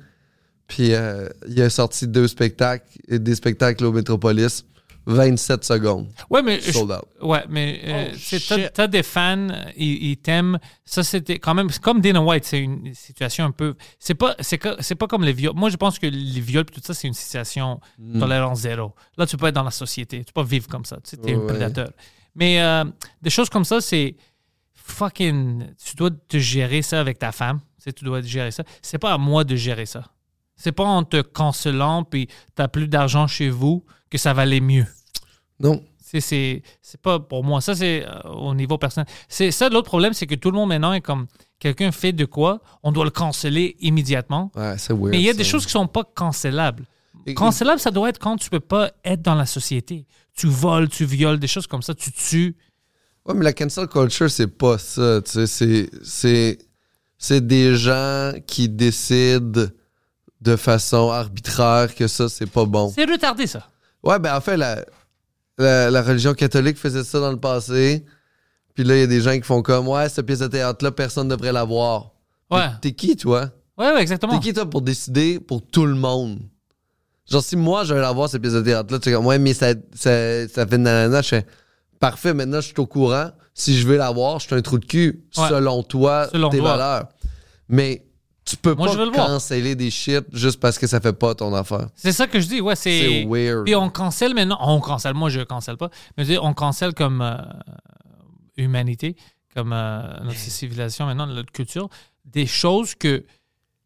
Puis, euh, il a sorti deux spectacles, et des spectacles au Métropolis. 27 secondes. Ouais, mais. je- Sold out. Ouais, mais euh, Oh, c'est- t'as- shit. t'as des fans, ils, ils t'aiment. Ça, c'était quand même. c'est Comme Dana White, c'est une situation un peu. C'est pas, c'est que- c'est pas comme les viols. Moi, je pense que les viols et tout ça, c'est une situation tolérance zéro. Là, tu peux être dans la société. Tu peux pas vivre comme ça. Tu es un Ouais. prédateur. Mais euh, des choses comme ça, c'est fucking. Tu dois te gérer ça avec ta femme. Tu, sais, tu dois te gérer ça. C'est pas à moi de gérer ça. C'est pas en te cancelant puis t'as plus d'argent chez vous que ça va aller mieux. Non. C'est- C'est c'est pas pour moi. Ça, c'est euh, au niveau personnel. C'est ça, l'autre problème, c'est que tout le monde maintenant est comme quelqu'un fait de quoi, on doit le canceller immédiatement. Ouais, c'est weird. Mais il y a des ça. choses qui sont pas cancellables. Et- Cancellable, ça doit être quand tu peux pas être dans la société. Tu voles, tu violes, des choses comme ça, tu tues. Ouais, mais la cancel culture, c'est pas ça. Tu sais, c'est, c'est, c'est des gens qui décident de façon arbitraire que ça, c'est pas bon. C'est retardé, ça. Ouais, ben en fait, la, la, la religion catholique faisait ça dans le passé. Puis là, il y a des gens qui font comme Ouais, cette pièce de théâtre-là, personne ne devrait la voir. Ouais, Mais T'es qui, toi ouais, ouais, exactement. T'es qui, toi, pour décider pour tout le monde Genre, si moi, j'allais la voir, cette pièce de théâtre-là, tu sais, comme Ouais, mais ça, ça, ça fait nanana. Je fais Parfait, maintenant, je suis au courant. Si je vais la voir, je suis un trou de cul, Ouais. selon toi, Selon tes toi. valeurs. Mais tu peux Moi, je veux pas le voir. canceller des shit juste parce que ça fait pas ton affaire. C'est ça que je dis, ouais, C'est c'est. weird. Puis on cancelle maintenant. On cancelle, moi je cancelle pas. Mais je veux dire, on cancelle comme euh, humanité, comme euh, notre civilisation maintenant, notre culture, des choses que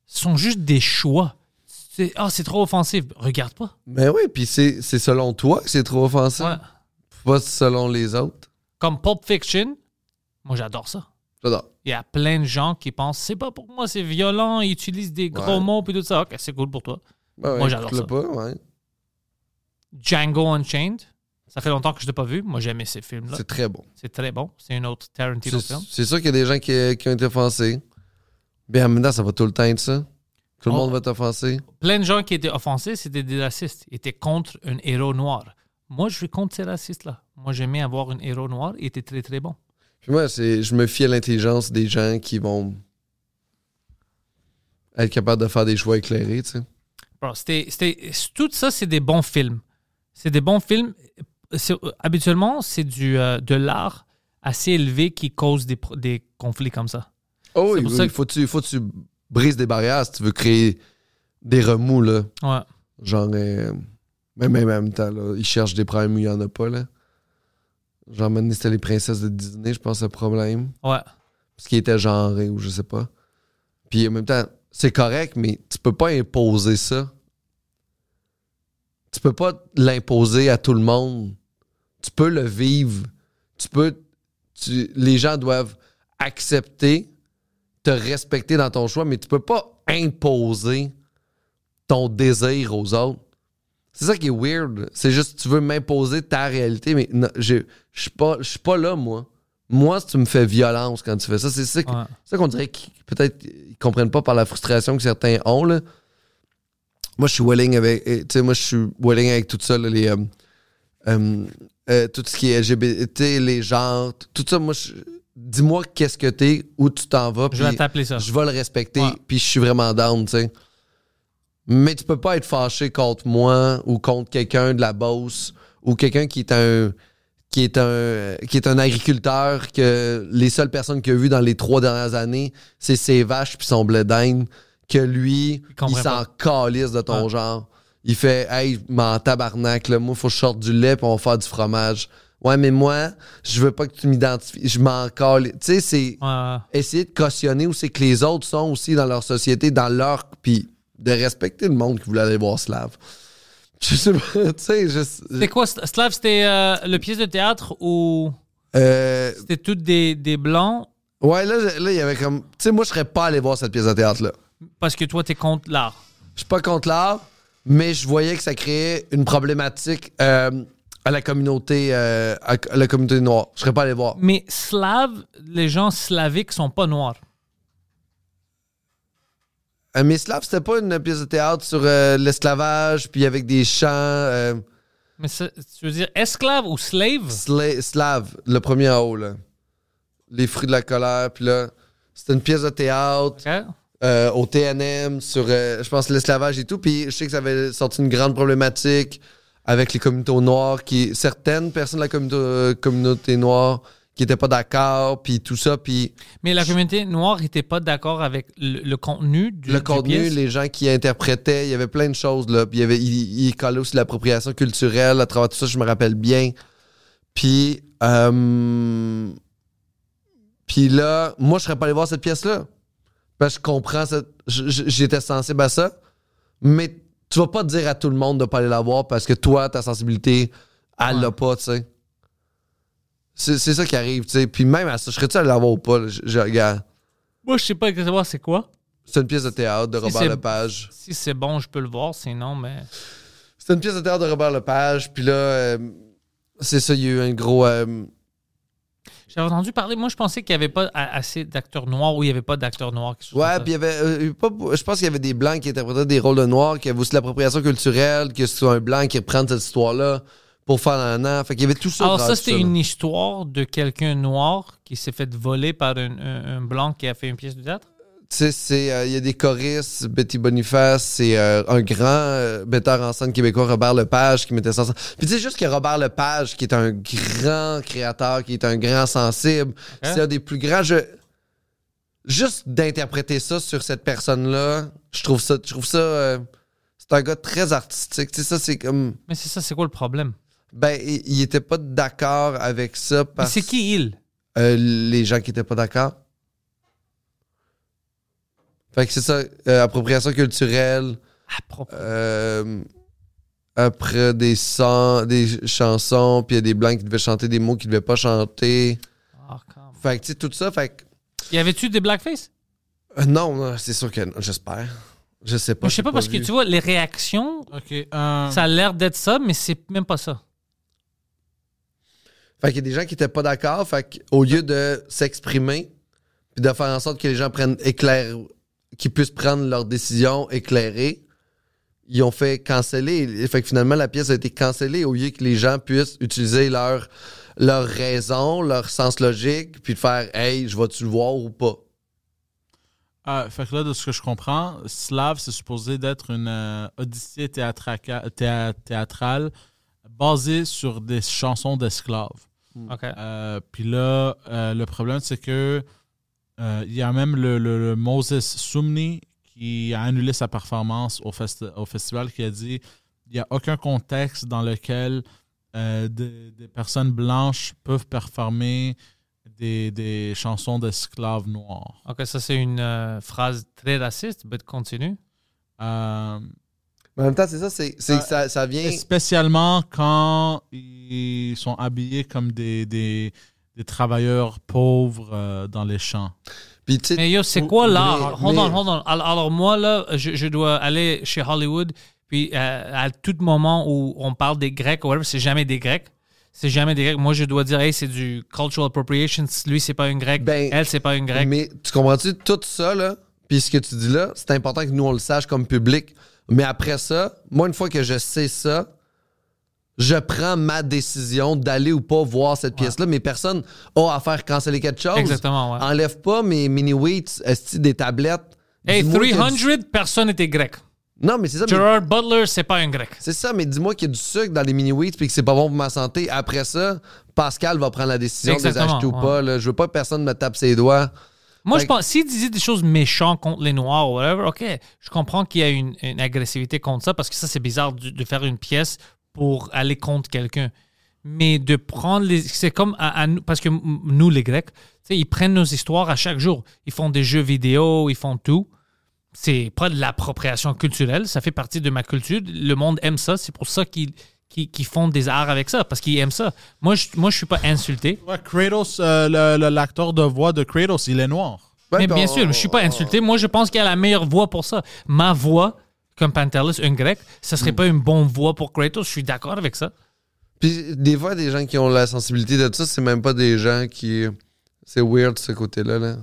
sont juste des choix. C'est, ah, c'est trop offensif. Regarde pas. Ben oui, puis c'est c'est selon toi que c'est trop offensif, Ouais. pas selon les autres. Comme Pulp Fiction, moi j'adore ça. J'adore. Il y a plein de gens qui pensent, c'est pas pour moi, c'est violent, ils utilisent des gros Ouais. mots puis tout ça. Ok, c'est cool pour toi. Ben ouais, Moi, j'adore écoute-le ça. pas, ouais. Django Unchained, ça fait longtemps que je l'ai pas vu. Moi j'aimais ces films-là. C'est très bon. C'est très bon. C'est un autre Tarantino C'est film. c'est sûr qu'il y a des gens qui, qui ont été offensés. Ben maintenant, ça va tout le temps être ça. Tout le Oh. monde va t'offenser. plein de gens qui étaient offensés, c'était des racistes, étaient contre un héros noir. Moi, je suis contre ces racistes-là. Moi, j'aimais avoir un héros noir, il était très, très bon. Puis moi, c'est je me fie à l'intelligence des gens qui vont être capables de faire des choix éclairés, tu sais. Bro, c'était- c'était- tout ça, c'est des bons films. C'est des bons films. C'est- habituellement, c'est du, euh, de l'art assez élevé qui cause des, pro- des conflits comme ça. Oh, C'est il pour ça que- faut, que tu, faut que tu brises des barrières si tu veux créer des remous, là. Ouais. Genre, euh, mais même en même temps, là, ils cherchent des problèmes où il n'y en a pas, là. Genre, maintenant, c'était les princesses de Disney, je pense, le problème. Ouais. Parce qu'ils étaient genrés ou je sais pas. Puis en même temps, c'est correct, mais tu peux pas imposer ça. Tu peux pas l'imposer à tout le monde. Tu peux le vivre. Tu peux. tu- les gens doivent accepter, te respecter dans ton choix, mais tu peux pas imposer ton désir aux autres. C'est ça qui est weird. C'est juste tu veux m'imposer ta réalité, mais non, j'ai- je suis pas, je suis pas là, moi. Moi, si tu me fais violence quand tu fais ça, c'est ça, que- Ouais. c'est ça qu'on dirait qu'ils peut-être ils comprennent pas par la frustration que certains ont. Là. Moi, je suis willing avec. eh, Tu sais, moi, je suis willing avec tout ça, là, les. euh, euh, euh, tout ce qui est LGBT, les genres, t- tout ça, moi, je- dis-moi qu'est-ce que t'es, où tu t'en vas, Je puis vais t'appeler ça. je vais le respecter, Ouais. puis je suis vraiment down, tu sais. Mais tu peux pas être fâché contre moi ou contre quelqu'un de la Beauce ou quelqu'un qui est un qui est un euh, qui est un agriculteur que les seules personnes qu'il a vues dans les trois dernières années, c'est ses vaches puis son blé d'Inde, que lui, Il il comprend s'en calisse de ton Ouais. genre. Il fait Hey, m'en tabarnak, là, moi, faut que je sorte du lait puis on va faire du fromage. Ouais, mais moi, je veux pas que tu m'identifies. Je m'en calisse. Tu sais, c'est Ouais, ouais. essayer de cautionner où c'est que les autres sont aussi dans leur société, dans leur. Puis de respecter le monde qui voulait aller voir Slav. Je sais pas, tu sais, je. C'était quoi, Sl- Slav, c'était euh, le pièce de théâtre où Euh, c'était toutes des, des blancs ouais, là, je- là, il y avait comme. Tu sais, moi, je serais pas allé voir cette pièce de théâtre-là. parce que toi, t'es contre l'art. Je suis pas contre l'art, mais je voyais que ça créait une problématique euh, à la communauté euh, à à la communauté noire. Je serais pas allé voir. Mais slave, les gens slaviques sont pas noirs. Euh, mais Slav, c'était pas une pièce de théâtre sur euh, l'esclavage, puis avec des chants. euh, Mais ça- tu veux dire esclave ou slave? Sla- Slave, le premier en haut, là. Les fruits de la colère, puis là, c'était une pièce de théâtre Ok. euh, au TNM sur, euh, je pense, l'esclavage et tout. Puis je sais que ça avait sorti une grande problématique avec les communautés noires, qui, certaines personnes de la communauté, euh, communauté noire qui n'étaient pas d'accord, puis tout ça, puis Mais la communauté noire était pas d'accord avec le, le contenu du le du contenu, pièce. les gens qui interprétaient, il y avait plein de choses, là. Puis il, y avait, il, il collait aussi l'appropriation culturelle à travers tout ça, je me rappelle bien. Puis, euh, puis là, moi, je serais pas allé voir cette pièce-là. Parce que je comprends, cette- je- je- j'étais sensible à ça. Mais tu vas pas dire à tout le monde de pas aller la voir parce que toi, ta sensibilité, elle Ouais. l'a pas, tu sais. C'est c'est ça qui arrive, tu sais. Puis même à ça, je serais-tu allé la voir ou pas? là? Je, je- regarde, Moi, je sais pas exactement c'est quoi. c'est une pièce de théâtre de Si Robert c'est- Lepage. Si c'est bon, je peux le voir, sinon, mais. C'était une pièce de théâtre de Robert Lepage, puis là, euh, c'est ça, il y a eu un gros. euh, J'avais entendu parler, moi, je pensais qu'il y avait pas a- assez d'acteurs noirs ou il y avait pas d'acteurs noirs. quelque chose ouais, comme puis il ça. y avait. euh, il y a pas- je pense qu'il y avait des Blancs qui interprétaient des rôles de Noirs, qu'il y avait aussi l'appropriation culturelle, que ce soit un Blanc qui reprend cette histoire-là pour faire un an. Fait qu'il y avait tout ça. Alors, dans ça, tout c'était là. une histoire de quelqu'un noir qui s'est fait voler par un, un- un blanc qui a fait une pièce de théâtre. Tu sais, c'est, euh, il y a des choristes, Betty Boniface, c'est euh, un grand euh, metteur en scène québécois, Robert Lepage, qui mettait ça en scène. Puis tu sais, juste que Robert Lepage, qui est un grand créateur, qui est un grand sensible, Hein? c'est un des plus grands. Je... Juste d'interpréter ça sur cette personne-là, je trouve ça. Je trouve ça. euh, c'est un gars très artistique. Tu sais, ça, c'est comme. Mais c'est ça, c'est quoi le problème? Ben, il, il était pas d'accord avec ça Mais parce c'est qui il? euh, les gens qui étaient pas d'accord. Fait que c'est ça, euh, appropriation culturelle, À propos. euh, après des sons, des ch- chansons, puis il y a des blancs qui devaient chanter des mots qu'ils devaient pas chanter. Ah, quand même. Fait que tu sais, tout ça, fait que... Y avait-tu des blackface? Euh, non, non, c'est sûr que non, j'espère. Je sais pas. Moi, je sais pas, parce que tu vois, les réactions, Ok. euh, ça a l'air d'être ça, mais c'est même pas ça. Fait qu'il y a des gens qui étaient pas d'accord, fait qu'au lieu de s'exprimer, puis de faire en sorte que les gens prennent éclair, qu'ils puissent prendre leurs décisions éclairées, ils ont fait canceller. Fait que finalement, la pièce a été cancellée au lieu que les gens puissent utiliser leur, leur raison, leur sens logique, puis de faire Hey, je vais-tu le voir ou pas? ah, fait que là, de ce que je comprends, Slav, c'est supposé d'être une euh, odyssée théâtraca- théa- théâtrale basée sur des chansons d'esclaves. OK. Euh, Puis là, euh, le problème, c'est que euh, il y a même le, le- le Moses Sumni qui a annulé sa performance au, festi- au festival, qui a dit il n'y a aucun contexte dans lequel euh, des, des personnes blanches peuvent performer des, des chansons d'esclaves noirs. Ok, ça c'est une euh, phrase très raciste, mais continue. Euh, Mais en même temps, c'est ça, c'est, c'est- Euh, ça, ça vient. et spécialement quand ils sont habillés comme des, des, des travailleurs pauvres euh, dans les champs. Puis tu sais, Mais yo, c'est Ou- quoi mais- l'art? Hold on, mais- hold on. Al- Alors, moi, là, je, je dois aller chez Hollywood, puis euh, à tout moment où on parle des Grecs, ou whatever, c'est jamais des Grecs. C'est jamais des Grecs. Moi, je dois dire, hey, c'est du cultural appropriation. Lui, c'est pas une Grecque. Ben, Elle, c'est pas une Grecque. Mais tu comprends-tu tout ça, là? Puis ce que tu dis là, c'est important que nous, on le sache comme public. Mais après ça, moi, une fois que je sais ça, je prends ma décision d'aller ou pas voir cette pièce-là. Mais personne a à faire canceller quelque chose. Exactement, ouais. Enlève pas mes mini-wheats, esti, des tablettes. Hey, Dis-moi qu'il y a du- 300, personne n'était grec. Non, mais c'est ça. mais- Gerard Butler, c'est pas un grec. C'est ça, mais dis-moi qu'il y a du sucre dans les mini-wheats puis que c'est pas bon pour ma santé. Après ça, Pascal va prendre la décision de les Exactement, acheter ou ouais. pas. là. Je veux pas que personne me tape ses doigts. Moi, je Fait- pense, s'il disait des choses méchantes contre les Noirs ou whatever, OK, je comprends qu'il y a une, une agressivité contre ça parce que ça, c'est bizarre de, de faire une pièce pour aller contre quelqu'un. Mais de prendre les. C'est comme à, à nous, parce que m- nous, les Grecs, tu sais, ils prennent nos histoires à chaque jour. Ils font des jeux vidéo, ils font tout. C'est pas de l'appropriation culturelle, ça fait partie de ma culture. Le monde aime ça, c'est pour ça qu'ils qu'ils- qu'ils font des arts avec ça, parce qu'ils aiment ça. Moi, je, moi, je suis pas insulté. Ouais, Kratos, euh, le- le- l'acteur de voix de Kratos, il est noir. Ouais, Mais puis bien on- sûr, je suis pas insulté. Moi, je pense qu'il y a la meilleure voix pour ça. Ma voix, comme Pantelis, un grec, ça Hmm. serait pas une bonne voix pour Kratos. Je suis d'accord avec ça. Puis des fois, des gens qui ont la sensibilité de ça, c'est même pas des gens qui. C'est weird ce côté-là. Là.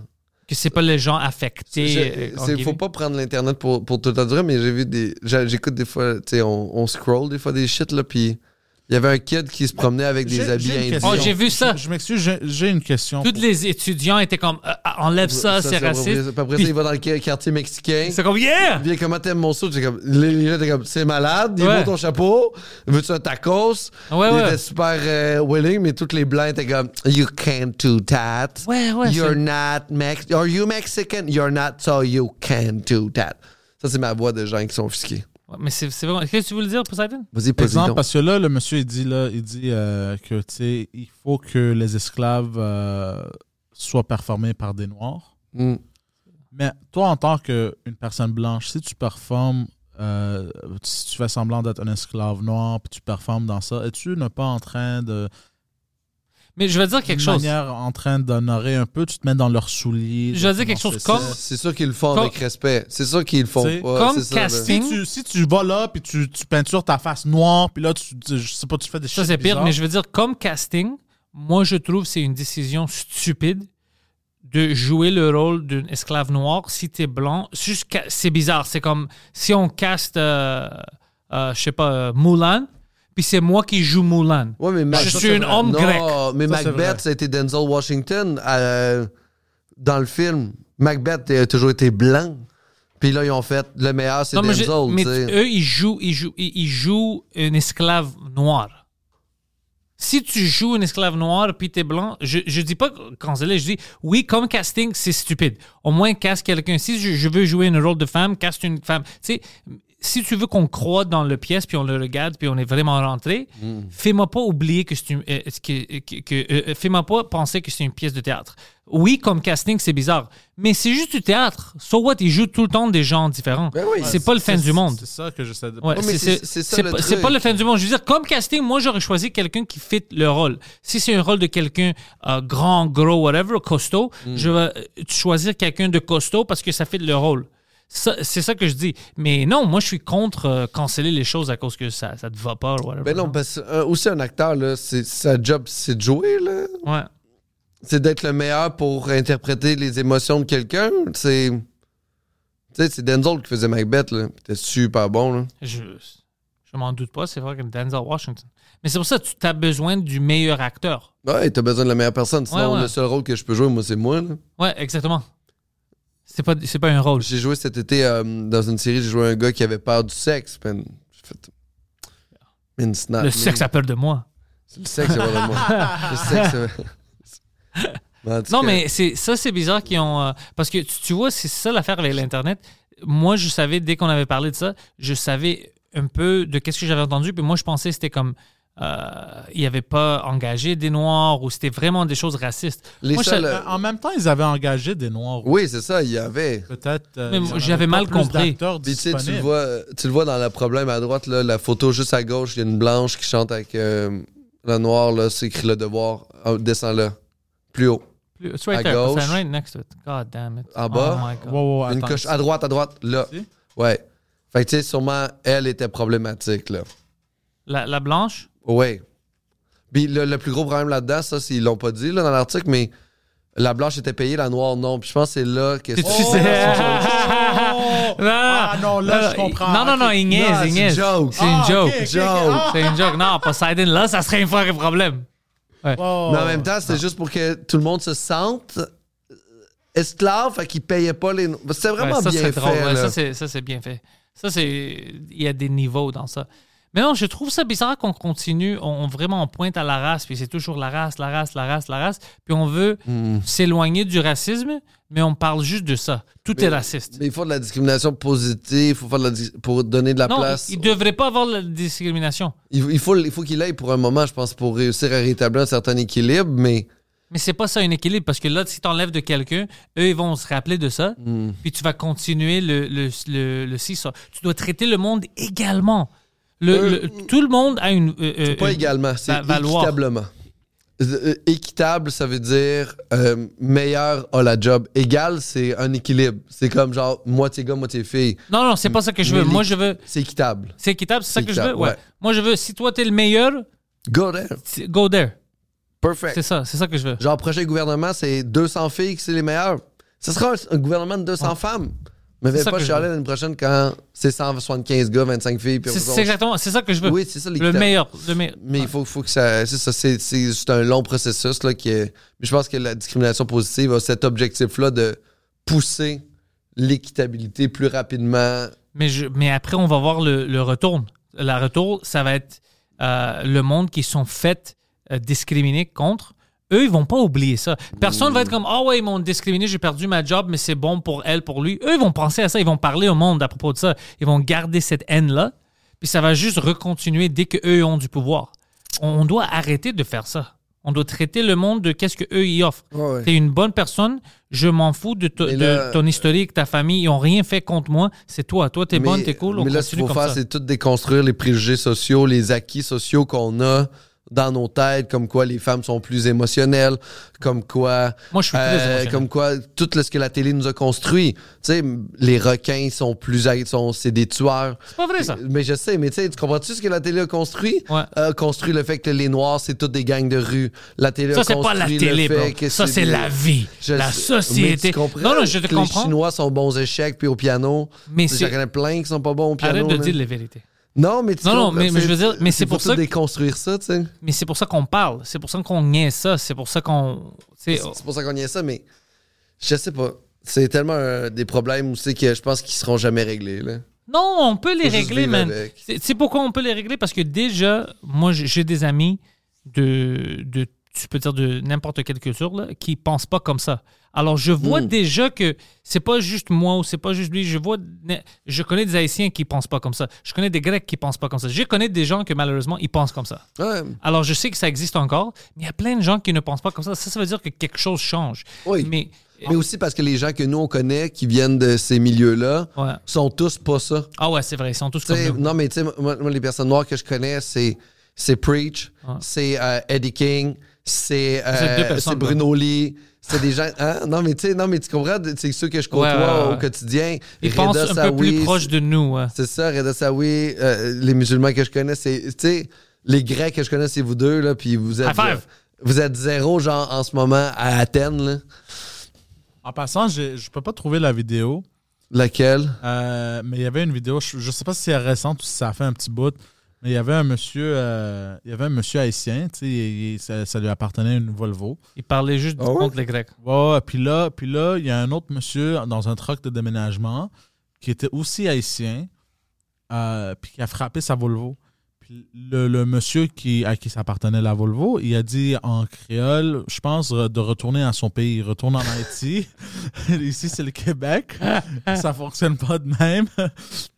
Que c'est pas les gens affectés. Je- euh, c'est- en faut pas prendre l'internet pour, pour tout dire, mais j'ai vu des. j'a- J'écoute des fois, tu sais, on, on scroll des fois des shit là, puis il y avait un kid qui se promenait avec des J'ai- habits j'ai une indiens. question. Oh, j'ai vu ça. Je, je m'excuse, j'ai- j'ai une question. Tous les étudiants étaient comme Euh, ah, enlève ça, c'est raciste. Puis Après ça, Puis- il va dans le qu- quartier mexicain. C'est comme yeah! Bien, comment t'aimes mon saut? J'ai comme, les les gens étaient comme, c'est malade, il Ouais. vaut ton chapeau, veux-tu un tacos? Ouais, il ouais. était super euh, willing, mais toutes les blancs étaient comme, you can't do that. Ouais, ouais, You're c'est- not Mex Are you Mexican? You're not, so you can't do that. Ça, c'est ma voix de gens qui sont offusqués. Ouais, Mais c'est c'est vraiment. Qu'est-ce que tu voulais dire, Poseidon? Vas-y, Par pose exemple, parce que là, le monsieur, il dit, là, il dit euh, que, tu sais, il faut que les esclaves euh, soient performés par des noirs. Hmm. Mais toi, en tant qu'une personne blanche, si tu performes, euh, si tu fais semblant d'être un esclave noir, puis tu performes dans ça, es-tu ne pas en train de. Mais je vais dire quelque d'une chose. manière en train d'honorer un peu, tu te mets dans leurs souliers. Je veux de dire quelque comment chose c'est ça. comme- Euh, C'est sûr qu'ils le font Comme- avec respect. C'est sûr qu'ils le font C'est- pas. comme c'est ça, là. casting. Si tu, si tu vas là, puis tu, tu peintures ta face noire, puis là, tu, tu- je sais pas, tu fais des Ça, shit c'est pire, bizarres. mais je veux dire, comme casting, moi, je trouve que c'est une décision stupide de jouer le rôle d'une esclave noire si t'es blanc. Jusqu'à- C'est bizarre. C'est comme si on caste, euh, euh, je sais pas, euh, Mulan, puis c'est moi qui joue Mulan. Ouais, mais Mac- Je ça, suis c'est un vrai. homme non, grec. mais Ça, c'est vrai. Macbeth, ça a été Denzel Washington euh, dans le film. Macbeth a toujours été blanc. Puis là, ils ont fait le meilleur, c'est Non, mais, je- Denzel. mais tu sais. eux, ils jouent, ils, jouent, ils, ils jouent une esclave noire. Si tu joues une esclave noire puis t'es blanc, je, je dis pas canceler, je dis oui, comme casting, c'est stupide. Au moins, casse quelqu'un. Si je, je veux jouer un rôle de femme, casse une femme. Tu sais, si tu veux qu'on croit dans le pièce puis on le regarde puis on est vraiment rentré, Hmm. fais-moi pas oublier que c'est une- euh, que, que- que- euh, fais-moi pas penser que c'est une pièce de théâtre. Oui, comme casting, c'est bizarre, mais c'est juste du théâtre. So what, ils jouent tout le temps des gens différents. Ben oui. c'est pas le fin du monde. C'est ça que j'essaie de. Ouais, Non, c'est mais c'est- c'est- c'est ça c'est le pas- truc. c'est pas le fin du monde. Je veux dire, comme casting, moi, j'aurais choisi quelqu'un qui fit le rôle. Si c'est un rôle de quelqu'un euh, grand, gros, whatever, costaud, Hmm. je vais euh, choisir quelqu'un de costaud parce que ça fit le rôle. Ça- C'est ça que je dis. Mais non, moi, je suis contre euh, canceller les choses à cause que ça, ça te va pas, whatever. Ben non, parce que euh, aussi un acteur, là, c'est, sa job, c'est de jouer, là. Ouais. C'est d'être le meilleur pour interpréter les émotions de quelqu'un. C'est. Tu sais, c'est Denzel qui faisait Macbeth, là. C'était super bon, là. Je, je m'en doute pas, c'est vrai que Denzel Washington. Mais c'est pour ça que tu as besoin du meilleur acteur. Ouais, t'as besoin de la meilleure personne. Sinon, Ouais, ouais. le seul rôle que je peux jouer, moi, c'est moi, là. Ouais, exactement. C'est pas, c'est pas un rôle. J'ai joué cet été euh, dans une série, j'ai joué un gars qui avait peur du sexe. man. J'ai fait. Man, it's not Le me. sexe a peur de moi. C'est Le sexe, c'est pas de moi. Le sexe, c'est- Mais en tout Non, cas, mais c'est ça, c'est bizarre qu'ils ont. euh, parce que tu, tu vois, c'est ça l'affaire avec l'Internet. moi, je savais, dès qu'on avait parlé de ça, je savais un peu de qu'est-ce que j'avais entendu. Puis moi, je pensais que c'était comme. Euh, il n'y avait pas engagé des Noirs ou c'était vraiment des choses racistes. Les Moi, je- seuls, Mais euh, En même temps, ils avaient engagé des Noirs. Oui, c'est ça, il y avait. Peut-être. euh, Mais ils moi, en j'avais avaient mal pas plus compris. d'acteurs Puis tu sais, tu le disponibles. vois, tu le vois dans le problème à droite, là, la photo juste à gauche, il y a une blanche qui chante avec euh, le noir, là, c'est écrit le devoir. Ah, descends là. Plus haut. Plus- It's right À there. gauche. It's right next to it. God damn it. En bas. Oh my God. Wow, wow, Une attends. coche Ah! à droite, à droite, là. Ici? Ouais. Fait que tu sais, sûrement, elle était problématique, là. La, la blanche? Ouais. Puis le, le plus gros problème là-dedans, ça, c'est- ils l'ont pas dit là, dans l'article, mais la blanche était payée, la noire non. Puis je pense que c'est là que T'es-tu Oh, sérieux? Oh! Non, non, Ah non, là, je comprends. Non, non, non, Ok. il niaise, Non, c'est il niaise. une joke. C'est une Ah, joke. ok, ok, ok. Joke. Ah! C'est une joke. Non, Poseidon, là, ça serait un vrai problème. Oh. Mais en même temps, c'était juste pour que tout le monde se sente euh, esclave, fait qu'ils payaient pas les. no- C'était vraiment Ouais, ça, bien c'est fait. drôle. Ouais, là. ça, c'est, ça, c'est bien fait. Ça, c'est... Il y a des niveaux dans ça. Mais non, je trouve ça bizarre qu'on continue, on, on vraiment on pointe à la race, puis c'est toujours la race, la race, la race, la race, puis on veut Hmm. s'éloigner du racisme, mais on parle juste de ça. Tout est raciste. Mais il faut de la discrimination positive, faut faire de la dis- pour donner de la non, place. il ne devrait pas avoir la discrimination. Il, il faut il faut qu'il aille pour un moment, je pense, pour réussir à rétablir un certain équilibre, mais Mais c'est pas ça un équilibre, parce que là, si t'enlèves de quelqu'un, eux, ils vont se rappeler de ça, Hmm. puis tu vas continuer le, le, le, le seesaw. Tu dois traiter le monde également. Le, Euh, le- tout le monde a une... euh, euh, Pas une- également, c'est va- valoir. équitablement. Euh, euh, Équitable, ça veut dire euh, meilleur a la job. Égal, c'est un équilibre. C'est comme genre moitié gars, moitié fille. Non, non, c'est pas ça que je Mais veux. Moi, l'équi- je veux... C'est équitable. C'est équitable, c'est ça C'est que je veux? équitable, Ouais. ouais. Moi, je veux, si toi, t'es le meilleur, Go there. t- go there. Perfect. C'est ça, c'est ça que je veux. Genre, prochain gouvernement, c'est 200 filles qui c'est les meilleures. Ce sera un, un gouvernement de 200 femmes. Mais C'est viens ça pas que je chialer veux. l'année prochaine quand c'est 175 gars, 25 filles. Puis C'est on- c'est exactement, c'est ça que je veux. Oui, c'est ça le l'équitable. meilleur, le meilleur. Mais il faut, faut que ça. C'est ça, c'est, c'est juste un long processus. Là, qui est- mais je pense que la discrimination positive a cet objectif-là de pousser l'équitabilité plus rapidement. Mais, je, mais après, on va voir le, le retour. La retour, ça va être euh, le monde qui sont fait euh, discriminer contre. Eux, ils vont pas oublier ça. Personne va être comme Ah ouais, ils m'ont discriminé, j'ai perdu ma job, mais c'est bon pour elle, pour lui. Eux, ils vont penser à ça, ils vont parler au monde à propos de ça. Ils vont garder cette haine-là, puis ça va juste recontinuer dès qu'eux ont du pouvoir. On, on doit arrêter de faire ça. On doit traiter le monde de qu'est-ce qu'eux y offrent. T'es une bonne personne, je m'en fous de, to- Mais de là- ton historique, ta famille, ils ont rien fait contre moi, c'est toi. Toi, t'es Mais- bonne, t'es cool, on Mais là, ce qu'il continue faut comme faire, ça. c'est tout déconstruire les préjugés sociaux, les acquis sociaux qu'on a dans nos têtes, comme quoi les femmes sont plus émotionnelles, comme quoi. Moi, je suis plus euh, émotionnel. comme quoi tout le- ce que la télé nous a construit. Tu sais, les requins sont plus. ag- sont- C'est des tueurs. C'est pas vrai, ça. Mais je sais, mais tu sais, tu comprends-tu ce que la télé a construit? Ouais. A construit le fait que les Noirs, c'est toutes des gangs de rue. La télé Ça, a c'est pas construit la le télé, fait bro. que Ça, c'est des- la vie, Je la sais, mais société. tu comprends non, non, je te que comprends. Les Chinois sont bons aux échecs puis au piano. Mais J'en c'est- connais plein qui sont pas bons au piano. Arrête de là. dire les vérités. Non, mais tu Non, non, comprends, mais- mais tu sais, je veux dire, mais c'est faut pour tout ça que- déconstruire ça, tu sais. Mais c'est pour ça qu'on parle, c'est pour ça qu'on niaise ça, c'est pour ça qu'on. tu sais, C'est c'est pour ça qu'on y est ça, mais je sais pas. C'est tellement euh, des problèmes aussi que je pense qu'ils seront jamais réglés. Là. Non, on peut les Faut juste régler, vivre man. avec. C'est c'est pourquoi on peut les régler parce que déjà, moi, j'ai- j'ai des amis de, de, tu peux dire de n'importe quelle culture, là, qui pensent pas comme ça. Alors, je vois déjà que c'est pas juste moi ou c'est pas juste lui. Je vois, je connais des Haïtiens qui pensent pas comme ça. Je connais des Grecs qui pensent pas comme ça. Je connais des gens que malheureusement ils pensent comme ça. Ouais. Alors, je sais que ça existe encore, mais il y a plein de gens qui ne pensent pas comme ça. Ça, ça veut dire que quelque chose change. Oui. Mais, Mais aussi parce que les gens que nous on connaît qui viennent de ces milieux-là Ouais. sont tous pas ça. ah ouais, c'est vrai, ils sont tous Tu comme sais, nous. non, mais tu sais, moi, moi, les personnes noires que je connais, c'est, c'est Preach, c'est euh, Eddie King, c'est, euh, C'est Ah. deux personnes, c'est Bruno Lee. C'est des gens. hein? Non, mais tu sais, non, mais tu comprends, c'est ceux que je côtoie Ouais, ouais, ouais. au quotidien. Ils Reda pensent un peu plus Saoui, proche de nous. ouais. C'est ça, Reda Saoui, euh, les musulmans que je connais, c'est. Tu sais, les Grecs que je connais, c'est vous deux, là, puis vous êtes. High five! vous êtes zéro, genre, en ce moment, à Athènes, là. En passant, j'ai- je peux pas trouver la vidéo, Laquelle? euh, mais il y avait une vidéo, je, je sais pas si c'est récente ou si ça a fait un petit bout, mais il y avait un monsieur, euh, il y avait un monsieur haïtien, tu sais, il- il- ça, ça lui appartenait à une Volvo. Ils parlaient juste Ah ouais? contre les Grecs. Ouais, ouais, puis là, puis là, il y a un autre monsieur dans un truck de déménagement qui était aussi haïtien, euh, puis qui a frappé sa Volvo. Puis le, le monsieur qui, à qui ça appartenait la Volvo, il a dit en créole, je pense, re- de retourner à son pays. Il retourne en Haïti. Ici, c'est le Québec. ça fonctionne pas de même.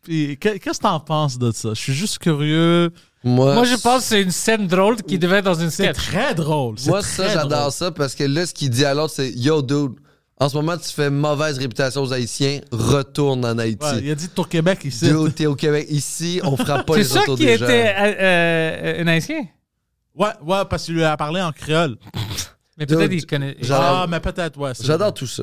Puis, qu'est- qu'est-ce que t'en penses de ça? Je suis juste curieux. Moi, Moi, je pense que c'est une scène drôle qui devait être dans une C'est sketch. très drôle. c'est Moi, très ça, j'adore drôle. ça parce que là, ce qu'il dit à l'autre, c'est Yo, dude, en ce moment, tu fais mauvaise réputation aux Haïtiens, retourne en Haïti. Ouais, il a dit ton Québec ici. Dude, t'es au Québec. Ici, on frappe pas C'est les ça retours qui des gens. était euh, euh, un haïtien. Ouais, ouais, parce qu'il lui a parlé en créole. Mais peut-être Dude, il connaît. genre- J'adore. Ah, mais peut-être, ouais. c'est- J'adore tout ça.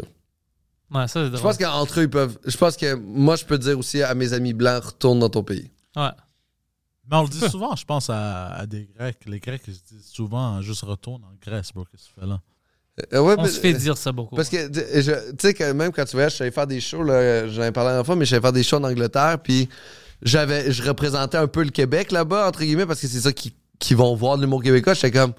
Ouais, ça, c'est drôle. Je pense qu'entre eux, ils peuvent. Je pense que moi, je peux dire aussi à mes amis blancs, retourne dans ton pays. Ouais. Mais on le dit souvent, je pense, à, à des Grecs. Les Grecs, ils se disent souvent, euh, juste retourne en Grèce, bro, qu'est-ce que tu fais là? Euh, ouais, On mais- se fait dire ça beaucoup. Parce que, tu je- tu sais, que même quand tu voyages, je savais faire des shows, là, j'en ai parlé la fois, mais je savais faire des shows en Angleterre, puis j'avais, je représentais un peu le Québec là-bas, entre guillemets, parce que c'est ça qui, qui vont voir de l'humour québécois. J'étais comme,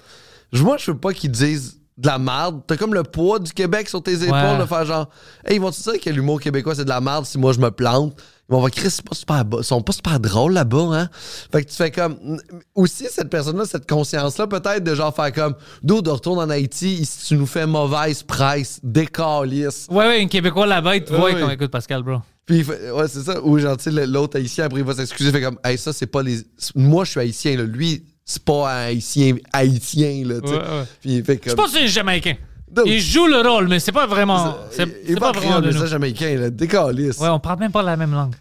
je- moi, je veux pas qu'ils disent de la merde. T'as comme le poids du Québec sur tes épaules, Ouais. de faire genre, hey, ils vont-tu dire que l'humour québécois, c'est de la merde si moi je me plante? Ils vont voir, Chris, c'est pas super, bo- ils sont pas super drôles là-bas, hein? Fait que tu fais comme, mm, aussi, cette personne-là, cette conscience-là, peut-être, de genre faire comme, d'où de retourne en Haïti, si tu nous fais mauvaise presse, décalisse. Ouais, ouais, un Québécois là-bas, il te Ouais, voit ouais. quand écoute Pascal, bro. Puis, il fait- ouais, c'est ça. Ou genre, tu sais, le- l'autre haïtien, après, il va s'excuser. Fait comme, hey, ça, c'est pas les. Moi, je suis haïtien, là. Lui, c'est pas un haïtien, haïtien, là, tu sais. Ouais, ouais. Puis, il fait comme. Je pense que c'est un Jamaïcain. Dude. Il joue le rôle, mais c'est pas vraiment. C'est Il- il est c'est pas pas vraiment créole, de mais nous. ça, jamaïcain, là. Décalisse. Ouais, on parle même pas la même langue.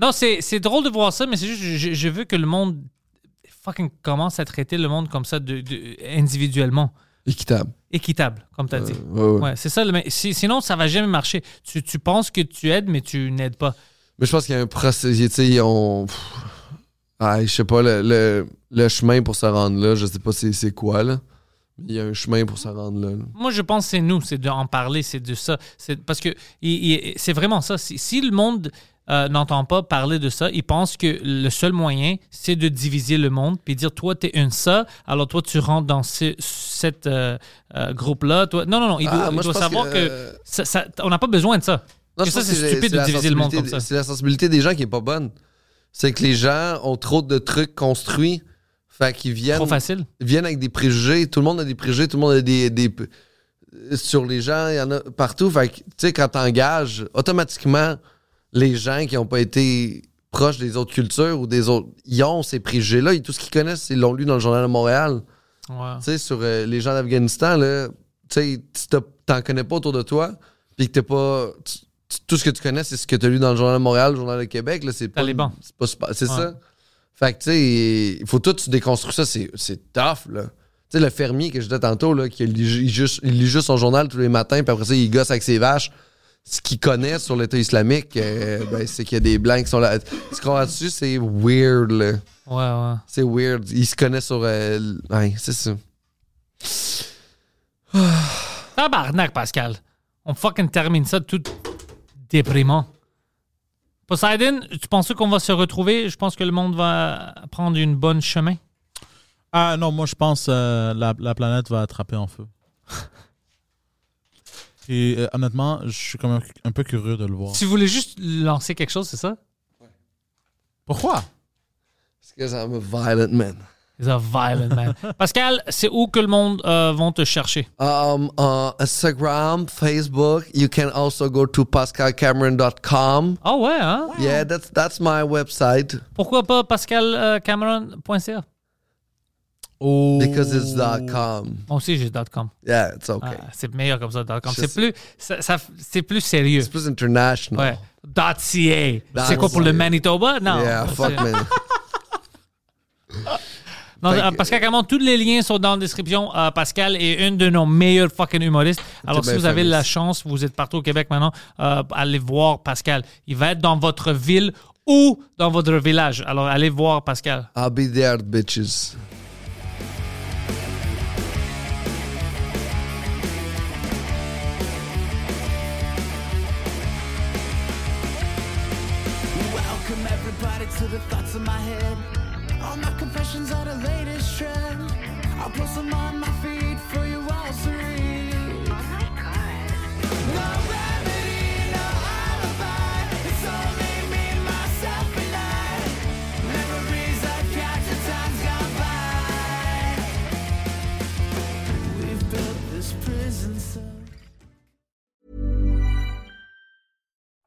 Non, c'est c'est drôle de voir ça, mais c'est juste, je, je veux que le monde fucking commence à traiter le monde comme ça de, de- individuellement. Équitable. Équitable, comme t'as dit. Ouais, ouais. Ouais, c'est ça. le- mais si- sinon, ça va jamais marcher. Tu, tu penses que tu aides, mais tu n'aides pas. Mais je pense qu'il y a un procédé, tu sais, on. pff, Ah, je sais pas, le, le, le chemin pour se rendre là, je sais pas c'est c'est quoi, là. Mais Il y a un chemin pour se rendre là. là. Moi, je pense que c'est nous, c'est d'en parler, c'est de ça. C'est parce que il- il- c'est vraiment ça. Si, si le monde euh, n'entend pas parler de ça, il pense que le seul moyen, c'est de diviser le monde, puis dire toi, t'es une ça, alors toi, tu rentres dans ce cette, euh, euh, groupe-là. Toi... Non, non, non, il Ah, doit, il moi, je doit pense savoir que, que, euh, ça- ça- on n'a pas besoin de ça. Non, Que je ça, pense c'est que stupide de la diviser le monde sensibilité comme ça. des- C'est la sensibilité des gens qui est pas bonne. C'est que les gens ont trop de trucs construits. Fait qu'ils viennent, Trop facile. viennent avec des préjugés. Tout le monde a des préjugés, tout le monde a des. des- sur les gens, il y en a partout. Fait que, tu sais, quand t'engages, automatiquement, les gens qui n'ont pas été proches des autres cultures ou des autres. Ils ont ces préjugés-là. Et tout ce qu'ils connaissent, ils l'ont lu dans le Journal de Montréal. Ouais. Tu sais, sur euh, les gens d'Afghanistan, là, tu sais, si t'as- t'en connais pas autour de toi, puis que t'es pas. tu- tu- tout ce que tu connais, c'est ce que t'as lu dans le Journal de Montréal, le Journal de Québec, là, c'est pas. Taliban. C'est pas super- C'est Ouais. ça. Fait que, tu sais, il faut tout se déconstruire ça, c'est c'est tough, là. Tu sais, le fermier que je disais tantôt, là, qui lit, ju- il juste, il lit juste son journal tous les matins, puis après ça, il gosse avec ses vaches. Ce qu'il connaît sur l'État islamique, euh, ben, c'est qu'il y a des blancs qui sont là. Tu crois dessus, c'est weird, là. Ouais, ouais. C'est weird. Il se connaît sur. euh, l- ouais, c'est ça. Tabarnak, Pascal. On fucking termine ça tout déprimant. Poseidon, tu penses qu'on va se retrouver? Je pense que le monde va prendre une bonne chemin. Ah non, moi je pense euh, la, la planète va attraper en feu. Et euh, honnêtement, je suis quand même un peu curieux de le voir. Tu voulais juste lancer quelque chose, c'est ça? Pourquoi Parce que I'm a violent man. He's a violent man. Pascal, c'est où que le monde va vont te chercher? Um, uh, Instagram, Facebook. You can also go to pascalcameron.com. Ah ouais, hein? Yeah, that's that's my website Pourquoi pas euh, pascalcameron.ca? oh. because it's .com. Moi aussi, j'ai .com. Yeah, it's okay. Ah, c'est meilleur comme ça, .com. Je C'est plus, ça, ça- c'est plus sérieux. It's plus international. Ouais. .ca. C'est quoi pour .ca. le Manitoba? Non. Yeah, fuck C'est- man. Non, Fait euh, que- Pascal Cameron, tous les liens sont dans la description. Euh, Pascal est une de nos meilleurs fucking humoristes. Alors, si bien vous avez famous. la chance, vous êtes partout au Québec maintenant, euh, allez voir Pascal. Il va être dans votre ville ou dans votre village. Alors, allez voir Pascal. I'll be there, bitches. Welcome everybody to the thoughts in my head. All my confessions are the latest trend. I'll post them on my feed for you all to read. No remedy, no alibi. It's only me, myself, and I. Memories are captured times